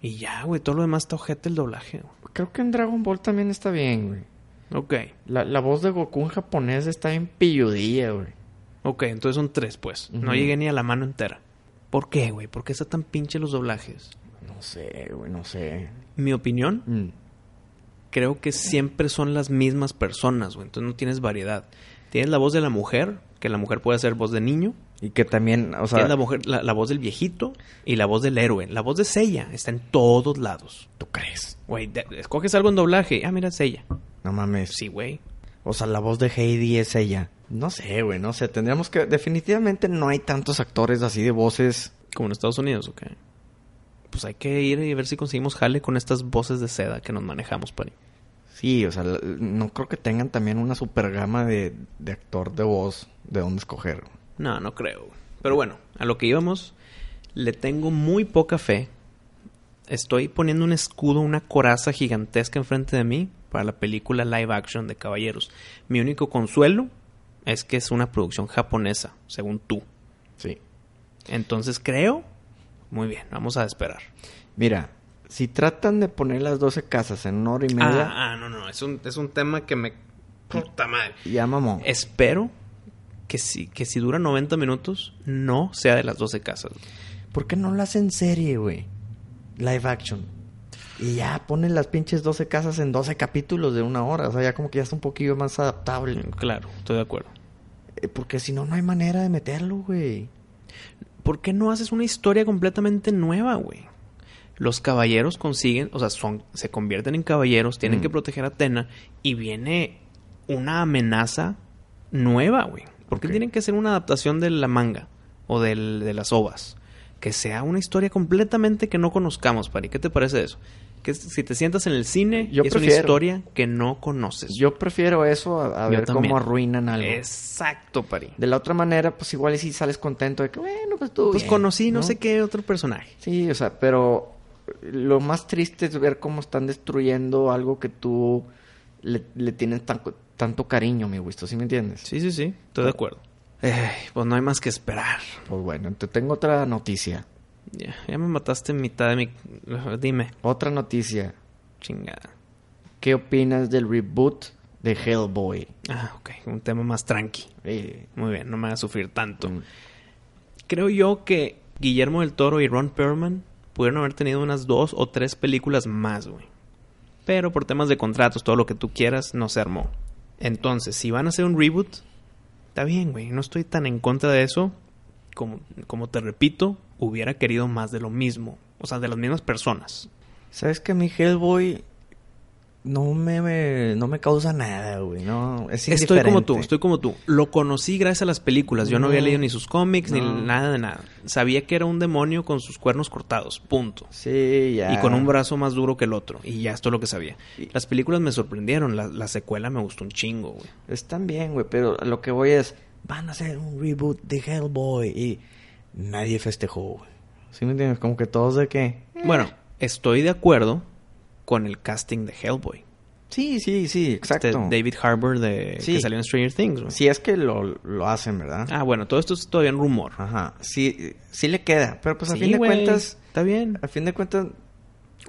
[SPEAKER 4] Y ya, güey. Todo lo demás está ojete el doblaje, güey.
[SPEAKER 3] Creo que en Dragon Ball también está bien, güey.
[SPEAKER 4] Ok.
[SPEAKER 3] La, la voz de Goku en japonés está bien pilludilla, güey.
[SPEAKER 4] Ok, entonces son tres, pues. No
[SPEAKER 3] Ujú.
[SPEAKER 4] llegué ni a la mano entera. ¿Por qué, güey? ¿Por qué están tan pinche los doblajes?
[SPEAKER 3] No sé, güey, no sé.
[SPEAKER 4] Mi opinión,
[SPEAKER 3] Mm.
[SPEAKER 4] creo que siempre son las mismas personas, güey. Entonces no tienes variedad. Tienes la voz de la mujer, que la mujer puede hacer voz de niño.
[SPEAKER 3] Y que también, o sea,
[SPEAKER 4] tienes la, mujer, la, la voz del viejito y la voz del héroe. La voz de Sella está en todos lados.
[SPEAKER 3] ¿tú crees?
[SPEAKER 4] Güey, de- escoges algo en doblaje. Ah, mira, Sella.
[SPEAKER 3] No mames.
[SPEAKER 4] Sí, güey.
[SPEAKER 3] O sea, la voz de Heidi es ella. No sé, güey, no sé. Tendríamos que. Definitivamente no hay tantos actores así de voces.
[SPEAKER 4] Como en Estados Unidos, ok. Pues hay que ir y ver si conseguimos jale con estas voces de seda que nos manejamos, Pari.
[SPEAKER 3] Sí, o sea, la- no creo que tengan también una super gama de, de actor de voz de dónde escoger.
[SPEAKER 4] No, no creo. Pero bueno, a lo que íbamos, le tengo muy poca fe. Estoy poniendo un escudo, una coraza gigantesca enfrente de mí para la película live action de Caballeros. Mi único consuelo es que es una producción japonesa, según tú.
[SPEAKER 3] Sí.
[SPEAKER 4] Entonces creo... Muy bien, vamos a esperar.
[SPEAKER 3] Mira, Si tratan de poner las 12 casas en una hora y media,
[SPEAKER 4] Ah, ah, no, no, es un, es un tema que me... Puta madre.
[SPEAKER 3] ya mamó.
[SPEAKER 4] Espero que si, que si dura 90 minutos, no sea de las 12 casas.
[SPEAKER 3] ¿Por qué no lo hacen serie, güey? Live action. Y ya ponen las pinches 12 casas en 12 capítulos de una hora. O sea, ya como que ya está un poquillo más adaptable.
[SPEAKER 4] Claro, estoy de acuerdo.
[SPEAKER 3] Eh, Porque si no, no hay manera de meterlo, güey.
[SPEAKER 4] ¿Por qué no haces una historia completamente nueva, güey? Los caballeros consiguen, o sea, son, se convierten en caballeros, tienen
[SPEAKER 3] Mm.
[SPEAKER 4] que proteger a Atena y viene una amenaza nueva, güey. ¿Por qué
[SPEAKER 3] Ok.
[SPEAKER 4] tienen que hacer una adaptación de la manga o del- de las ovas? Que sea una historia completamente que no conozcamos, Pari. ¿Qué te parece eso? Que si te sientas en el cine,
[SPEAKER 3] Yo
[SPEAKER 4] es una
[SPEAKER 3] prefiero.
[SPEAKER 4] historia que no conoces.
[SPEAKER 3] pues Yo prefiero eso a, a
[SPEAKER 4] Yo
[SPEAKER 3] ver
[SPEAKER 4] también. Eh.
[SPEAKER 3] cómo arruinan algo.
[SPEAKER 4] Exacto, Pari.
[SPEAKER 3] De la otra manera, pues igual y si sales contento de que, bueno, pues tú.
[SPEAKER 4] Pues
[SPEAKER 3] bien,
[SPEAKER 4] conocí no sé qué otro personaje.
[SPEAKER 3] Sí, o sea, pero lo más triste es ver cómo están destruyendo algo que tú le, le tienes tan- tanto cariño, mi gusto, ¿sí me entiendes?
[SPEAKER 4] Sí, sí, sí, estoy de acuerdo. Ey, pues no hay más que esperar.
[SPEAKER 3] Pues bueno, te tengo otra noticia.
[SPEAKER 4] Ya, ya me mataste en mitad de mi... Dime,
[SPEAKER 3] Otra noticia.
[SPEAKER 4] chingada.
[SPEAKER 3] ¿Qué opinas del reboot de Hellboy?
[SPEAKER 4] Ah, ok, un tema más tranqui.
[SPEAKER 3] Eh,
[SPEAKER 4] Muy bien, no me hagas sufrir tanto.
[SPEAKER 3] Mm.
[SPEAKER 4] Creo yo que Guillermo del Toro y Ron Perlman pudieron haber tenido unas dos o tres películas más, güey. Pero por temas de contratos, todo lo que tú quieras, no se armó. Entonces, si van a hacer un reboot, está bien, güey. No estoy tan en contra de eso. Como, como te repito, hubiera querido más de lo mismo. O sea, de las mismas personas.
[SPEAKER 3] ¿Sabes que mi Hellboy no me, me- no me causa nada, güey? No, es
[SPEAKER 4] Estoy como
[SPEAKER 3] indiferente.
[SPEAKER 4] tú, estoy como tú. Lo conocí gracias a las películas. Yo no,
[SPEAKER 3] No.
[SPEAKER 4] había leído ni sus cómics,
[SPEAKER 3] No.
[SPEAKER 4] ni nada de nada. Sabía que era un demonio con sus cuernos cortados, punto.
[SPEAKER 3] Sí, ya.
[SPEAKER 4] Y con un brazo más duro que el otro. Y ya esto es lo que sabía.
[SPEAKER 3] Y-
[SPEAKER 4] Las películas me sorprendieron. La, la secuela me gustó un chingo, güey.
[SPEAKER 3] Están bien, güey, pero a lo que voy es, van a hacer un reboot de Hellboy y nadie festejó, güey. ¿Sí me entiendes? Como que todos de que...
[SPEAKER 4] Bueno, estoy de acuerdo con el casting de Hellboy.
[SPEAKER 3] Sí, sí, sí,
[SPEAKER 4] Este
[SPEAKER 3] exacto.
[SPEAKER 4] David Harbour de,
[SPEAKER 3] Sí.
[SPEAKER 4] que salió en Stranger Things, güey.
[SPEAKER 3] Pues Si es que lo, lo hacen, ¿verdad?
[SPEAKER 4] Ah, bueno, todo esto es todavía un rumor.
[SPEAKER 3] Ajá. Sí, sí le queda, pero pues a
[SPEAKER 4] Sí,
[SPEAKER 3] fin de
[SPEAKER 4] güey,
[SPEAKER 3] cuentas...
[SPEAKER 4] Está bien.
[SPEAKER 3] A fin de cuentas...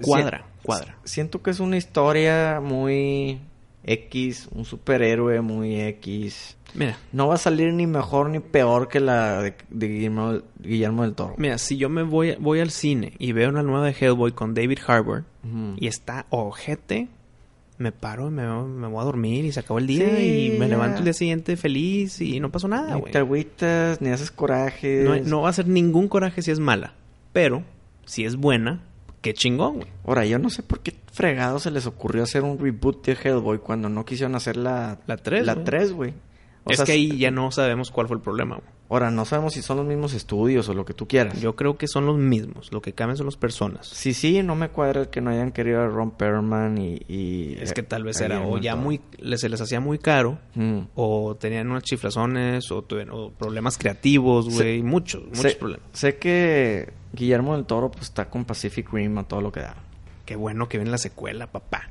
[SPEAKER 4] Cuadra,
[SPEAKER 3] sien-
[SPEAKER 4] cuadra.
[SPEAKER 3] Siento que es una historia muy X, un superhéroe muy X.
[SPEAKER 4] Mira,
[SPEAKER 3] No va a salir ni mejor ni peor que la de, de Guillermo, Guillermo del Toro.
[SPEAKER 4] Mira, si yo me voy, voy al cine y veo una nueva de Hellboy con David Harbour
[SPEAKER 3] Ujú.
[SPEAKER 4] y está ojete, me paro y me, me voy a dormir y se acabó el día
[SPEAKER 3] Sí,
[SPEAKER 4] y me
[SPEAKER 3] ya.
[SPEAKER 4] levanto el día siguiente feliz y no pasó nada,
[SPEAKER 3] ni
[SPEAKER 4] güey.
[SPEAKER 3] te agüitas, ni haces coraje.
[SPEAKER 4] No, no va a ser ningún coraje si es mala, pero si es buena, qué chingón, güey.
[SPEAKER 3] Ahora, yo no sé por qué fregado se les ocurrió hacer un reboot de Hellboy cuando no quisieron hacer la...
[SPEAKER 4] La tres,
[SPEAKER 3] La
[SPEAKER 4] güey.
[SPEAKER 3] 3, güey. O
[SPEAKER 4] Es
[SPEAKER 3] sea,
[SPEAKER 4] que ahí ya no sabemos cuál fue el problema, güey.
[SPEAKER 3] Ahora, no sabemos si son los mismos estudios o lo que tú quieras.
[SPEAKER 4] Yo creo que son los mismos, lo que cambian son las personas.
[SPEAKER 3] Sí, sí, no me cuadra el que no hayan querido a Ron Perlman y... y-
[SPEAKER 4] Es que tal vez
[SPEAKER 3] a
[SPEAKER 4] era o
[SPEAKER 3] Guillermo
[SPEAKER 4] ya
[SPEAKER 3] del Toro.
[SPEAKER 4] muy, le- se les hacía muy caro
[SPEAKER 3] Mm.
[SPEAKER 4] O tenían unas chiflazones, o, tuvieron- o problemas creativos,
[SPEAKER 3] Se-
[SPEAKER 4] güey. Muchos, muchos
[SPEAKER 3] Sé,
[SPEAKER 4] problemas.
[SPEAKER 3] sé que Guillermo del Toro pues está con Pacific Rim a todo lo que da.
[SPEAKER 4] Qué bueno que viene la secuela, papá.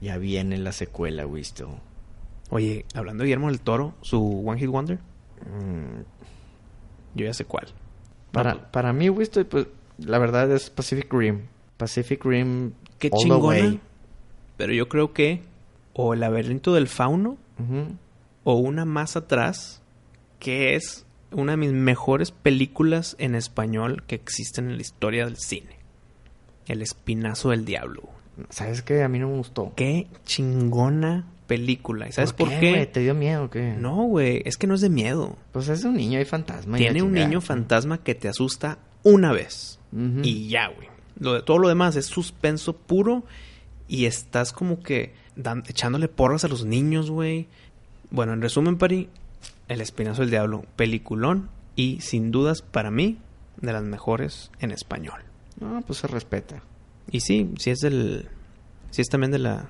[SPEAKER 3] Ya viene la secuela, visto.
[SPEAKER 4] Oye, hablando de Guillermo del Toro, su One Hit Wonder, mm, yo ya sé cuál. No,
[SPEAKER 3] Para, para mí, Wisto, pues, la verdad es Pacific Rim. Pacific Rim.
[SPEAKER 4] qué
[SPEAKER 3] all the
[SPEAKER 4] chingona.
[SPEAKER 3] way.
[SPEAKER 4] Pero yo creo que o el laberinto del fauno,
[SPEAKER 3] Ujú.
[SPEAKER 4] o una más atrás, que es una de mis mejores películas en español que existen en la historia del cine. El espinazo del diablo.
[SPEAKER 3] ¿Sabes qué? A mí no me gustó.
[SPEAKER 4] Qué chingona película. ¿Y sabes por qué?
[SPEAKER 3] güey? ¿Te dio miedo o qué?
[SPEAKER 4] No, güey, es que no es de miedo.
[SPEAKER 3] Pues es de un niño, hay fantasma. y la
[SPEAKER 4] Tiene un
[SPEAKER 3] chingada.
[SPEAKER 4] niño fantasma que te asusta una vez.
[SPEAKER 3] Ujú.
[SPEAKER 4] Y ya, güey. Lo de, todo lo demás es suspenso puro y estás como que dan- echándole porras a los niños, güey. Bueno, en resumen, Pari, El Espinazo del Diablo, peliculón y sin dudas para mí de las mejores en español.
[SPEAKER 3] No, pues se respeta.
[SPEAKER 4] Y sí, sí es del... Sí es también de la,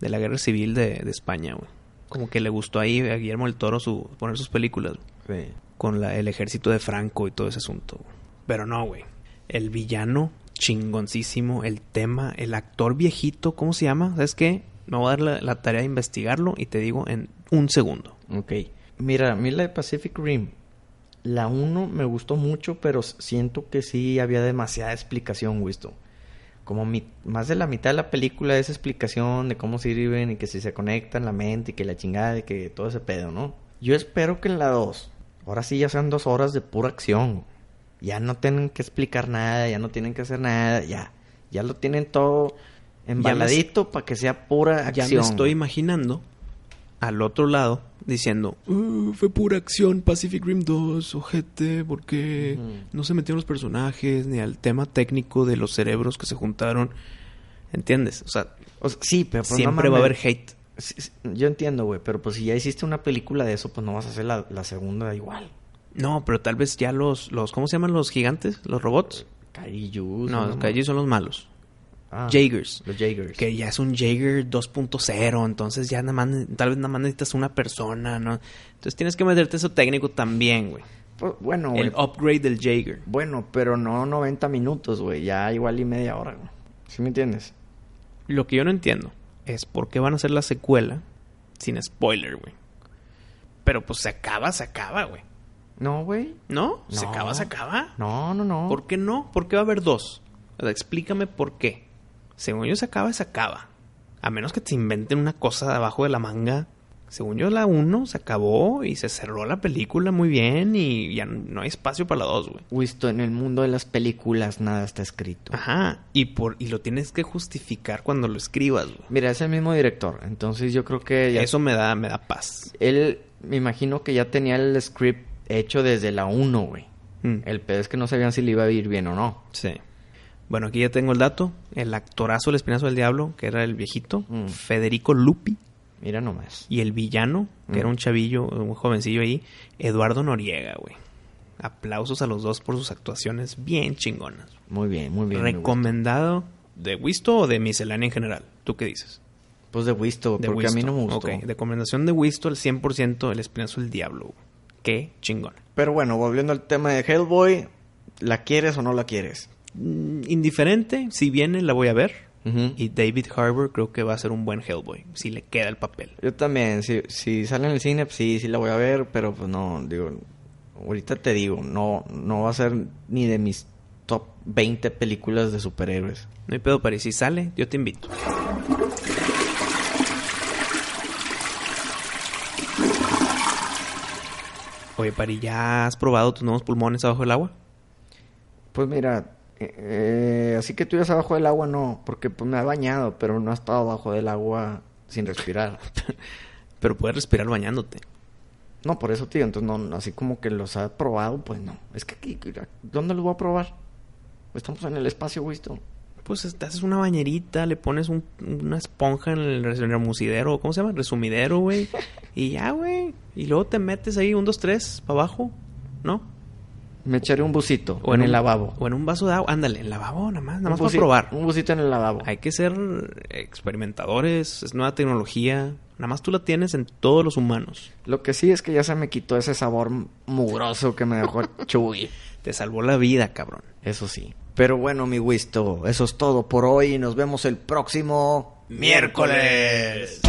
[SPEAKER 4] de la guerra civil de, de España, güey. Como que le gustó ahí a Guillermo del Toro su, poner sus películas
[SPEAKER 3] Sí.
[SPEAKER 4] con la- el ejército de Franco y todo ese asunto. güey. Pero no, güey. El villano, chingoncísimo, el tema, el actor viejito, ¿cómo se llama? ¿Sabes qué? Me voy a dar la, la tarea de investigarlo y te digo en un segundo.
[SPEAKER 3] Ok. Mira, a mí la de Pacific Rim. La 1 me gustó mucho, pero s- siento que sí había demasiada explicación, Wisto.
[SPEAKER 5] como mi- más de la mitad de la película es explicación de cómo sirven y que si se conectan la mente y que la chingada y que todo ese pedo, ¿no? Yo espero que en la 2, ahora sí ya sean dos horas de pura acción. Ya no tienen que explicar nada, ya no tienen que hacer nada, ya. Ya lo tienen todo embaladito para que sea pura
[SPEAKER 4] Ya
[SPEAKER 5] acción.
[SPEAKER 4] me estoy imaginando al otro lado diciendo, "Uh, fue pura acción Pacific Rim 2, ojete, porque no se metieron los personajes ni al tema técnico de los cerebros que se juntaron. ¿Entiendes? O sea,
[SPEAKER 5] O sea, sí, pero pues, no
[SPEAKER 4] siempre va a
[SPEAKER 5] mames.
[SPEAKER 4] haber hate.
[SPEAKER 5] Sí, sí, Yo entiendo, güey, pero pues si ya hiciste una película de eso, pues no vas a hacer la, la segunda igual.
[SPEAKER 4] No, pero tal vez ya los, los ¿cómo se llaman los gigantes? ¿Los robots?
[SPEAKER 5] Kaijus.
[SPEAKER 4] No, los Kaiju son los malos.
[SPEAKER 5] Ah,
[SPEAKER 4] Jagers.
[SPEAKER 5] Los Jagers.
[SPEAKER 4] Que ya es un Jaeger 2.0, entonces ya nada más, tal vez nada más necesitas una persona, ¿no? Entonces tienes que meterte eso técnico también, güey.
[SPEAKER 5] Pues, bueno,
[SPEAKER 4] El
[SPEAKER 5] güey.
[SPEAKER 4] upgrade del Jaeger.
[SPEAKER 5] Bueno, pero no 90 minutos, güey. Ya igual y media hora, güey. ¿Sí me entiendes?
[SPEAKER 4] Lo que yo no entiendo es por qué van a hacer la secuela sin spoiler, güey. Pero pues se acaba, se acaba, güey.
[SPEAKER 5] No, güey.
[SPEAKER 4] ¿No? ¿Se
[SPEAKER 5] No.
[SPEAKER 4] acaba, se acaba?
[SPEAKER 5] No, no, no.
[SPEAKER 4] ¿Por qué no? ¿Por qué va a haber dos? O sea, explícame por qué. Según yo se acaba, se acaba. A menos que te inventen una cosa de abajo de la manga. Según yo la uno se acabó y se cerró la película muy bien y ya no hay espacio para la dos, güey.
[SPEAKER 5] Wisto, en el mundo de las películas nada está escrito.
[SPEAKER 4] Ajá, y por y lo tienes que justificar cuando lo escribas, güey.
[SPEAKER 5] Mira, es el mismo director. Entonces yo creo que ya...
[SPEAKER 4] Eso me da me da paz.
[SPEAKER 5] Él, me imagino que ya tenía el script hecho desde la 1, güey.
[SPEAKER 4] Mm.
[SPEAKER 5] El pedo es que no sabían si le iba a ir bien o no.
[SPEAKER 4] Sí. Bueno, aquí ya tengo el dato. El actorazo El Espinazo del Diablo, que era el viejito,
[SPEAKER 5] Mm.
[SPEAKER 4] Federico Lupi,
[SPEAKER 5] Mira nomás.
[SPEAKER 4] y el villano, que
[SPEAKER 5] Mm.
[SPEAKER 4] era un chavillo, un jovencillo ahí, Eduardo Noriega, güey. Aplausos a los dos por sus actuaciones bien chingonas.
[SPEAKER 5] Muy bien, muy bien. me gusta.
[SPEAKER 4] Recomendado de Wisto o de miscelánea en general. ¿Tú qué dices?
[SPEAKER 5] Pues de Wisto,
[SPEAKER 4] De
[SPEAKER 5] porque a mí
[SPEAKER 4] Wisto.
[SPEAKER 5] no me gustó.
[SPEAKER 4] Ok, recomendación de Wisto al 100% El Espinazo del Diablo. güey. Qué chingón.
[SPEAKER 5] Pero bueno, volviendo al tema de Hellboy, ¿la quieres o no la quieres?
[SPEAKER 4] Mm, Indiferente, si viene la voy a ver. Y David Harbour creo que va a ser un buen Hellboy, si le queda el papel.
[SPEAKER 5] Yo también, si, si sale en el cine, pues sí, sí la voy a ver, pero pues no, digo, ahorita te digo, no, no va a ser ni de mis top 20 películas de superhéroes.
[SPEAKER 4] No hay pedo, París. Si sale, yo te invito. Oye, Pari, ¿ya has probado tus nuevos pulmones abajo del agua?
[SPEAKER 5] Pues mira, eh, eh, así que tú ibas abajo del agua, no, porque pues me ha bañado, pero no ha estado abajo del agua sin respirar.
[SPEAKER 4] Pero puedes respirar bañándote.
[SPEAKER 5] No, por eso, tío. Entonces, no, no, así como que los ha probado, pues no. Es que, aquí, mira, ¿dónde los voy a probar? Estamos en el espacio, güey. esto.
[SPEAKER 4] Pues te haces una bañerita, le pones un- una esponja en el res- remusidero, ¿cómo se llama? Resumidero, güey. Y ya, güey. Y luego te metes ahí, un, dos, tres, para abajo, ¿no?
[SPEAKER 5] Me echaré un busito en, el
[SPEAKER 4] un-
[SPEAKER 5] lavabo.
[SPEAKER 4] O en un vaso de agua. Ándale, en el lavabo, nada más, nada más
[SPEAKER 5] Un
[SPEAKER 4] para
[SPEAKER 5] busi-
[SPEAKER 4] probar.
[SPEAKER 5] Un busito en el lavabo.
[SPEAKER 4] Hay que ser experimentadores, es nueva tecnología. Nada más tú la tienes en todos los humanos.
[SPEAKER 5] Lo que sí es que ya se me quitó ese sabor mugroso que me [LAUGHS] dejó el Chuy.
[SPEAKER 4] Te salvó la vida, cabrón.
[SPEAKER 5] Eso sí. Pero bueno, mi Wisto, eso es todo por hoy. Nos vemos el próximo
[SPEAKER 4] Miércoles.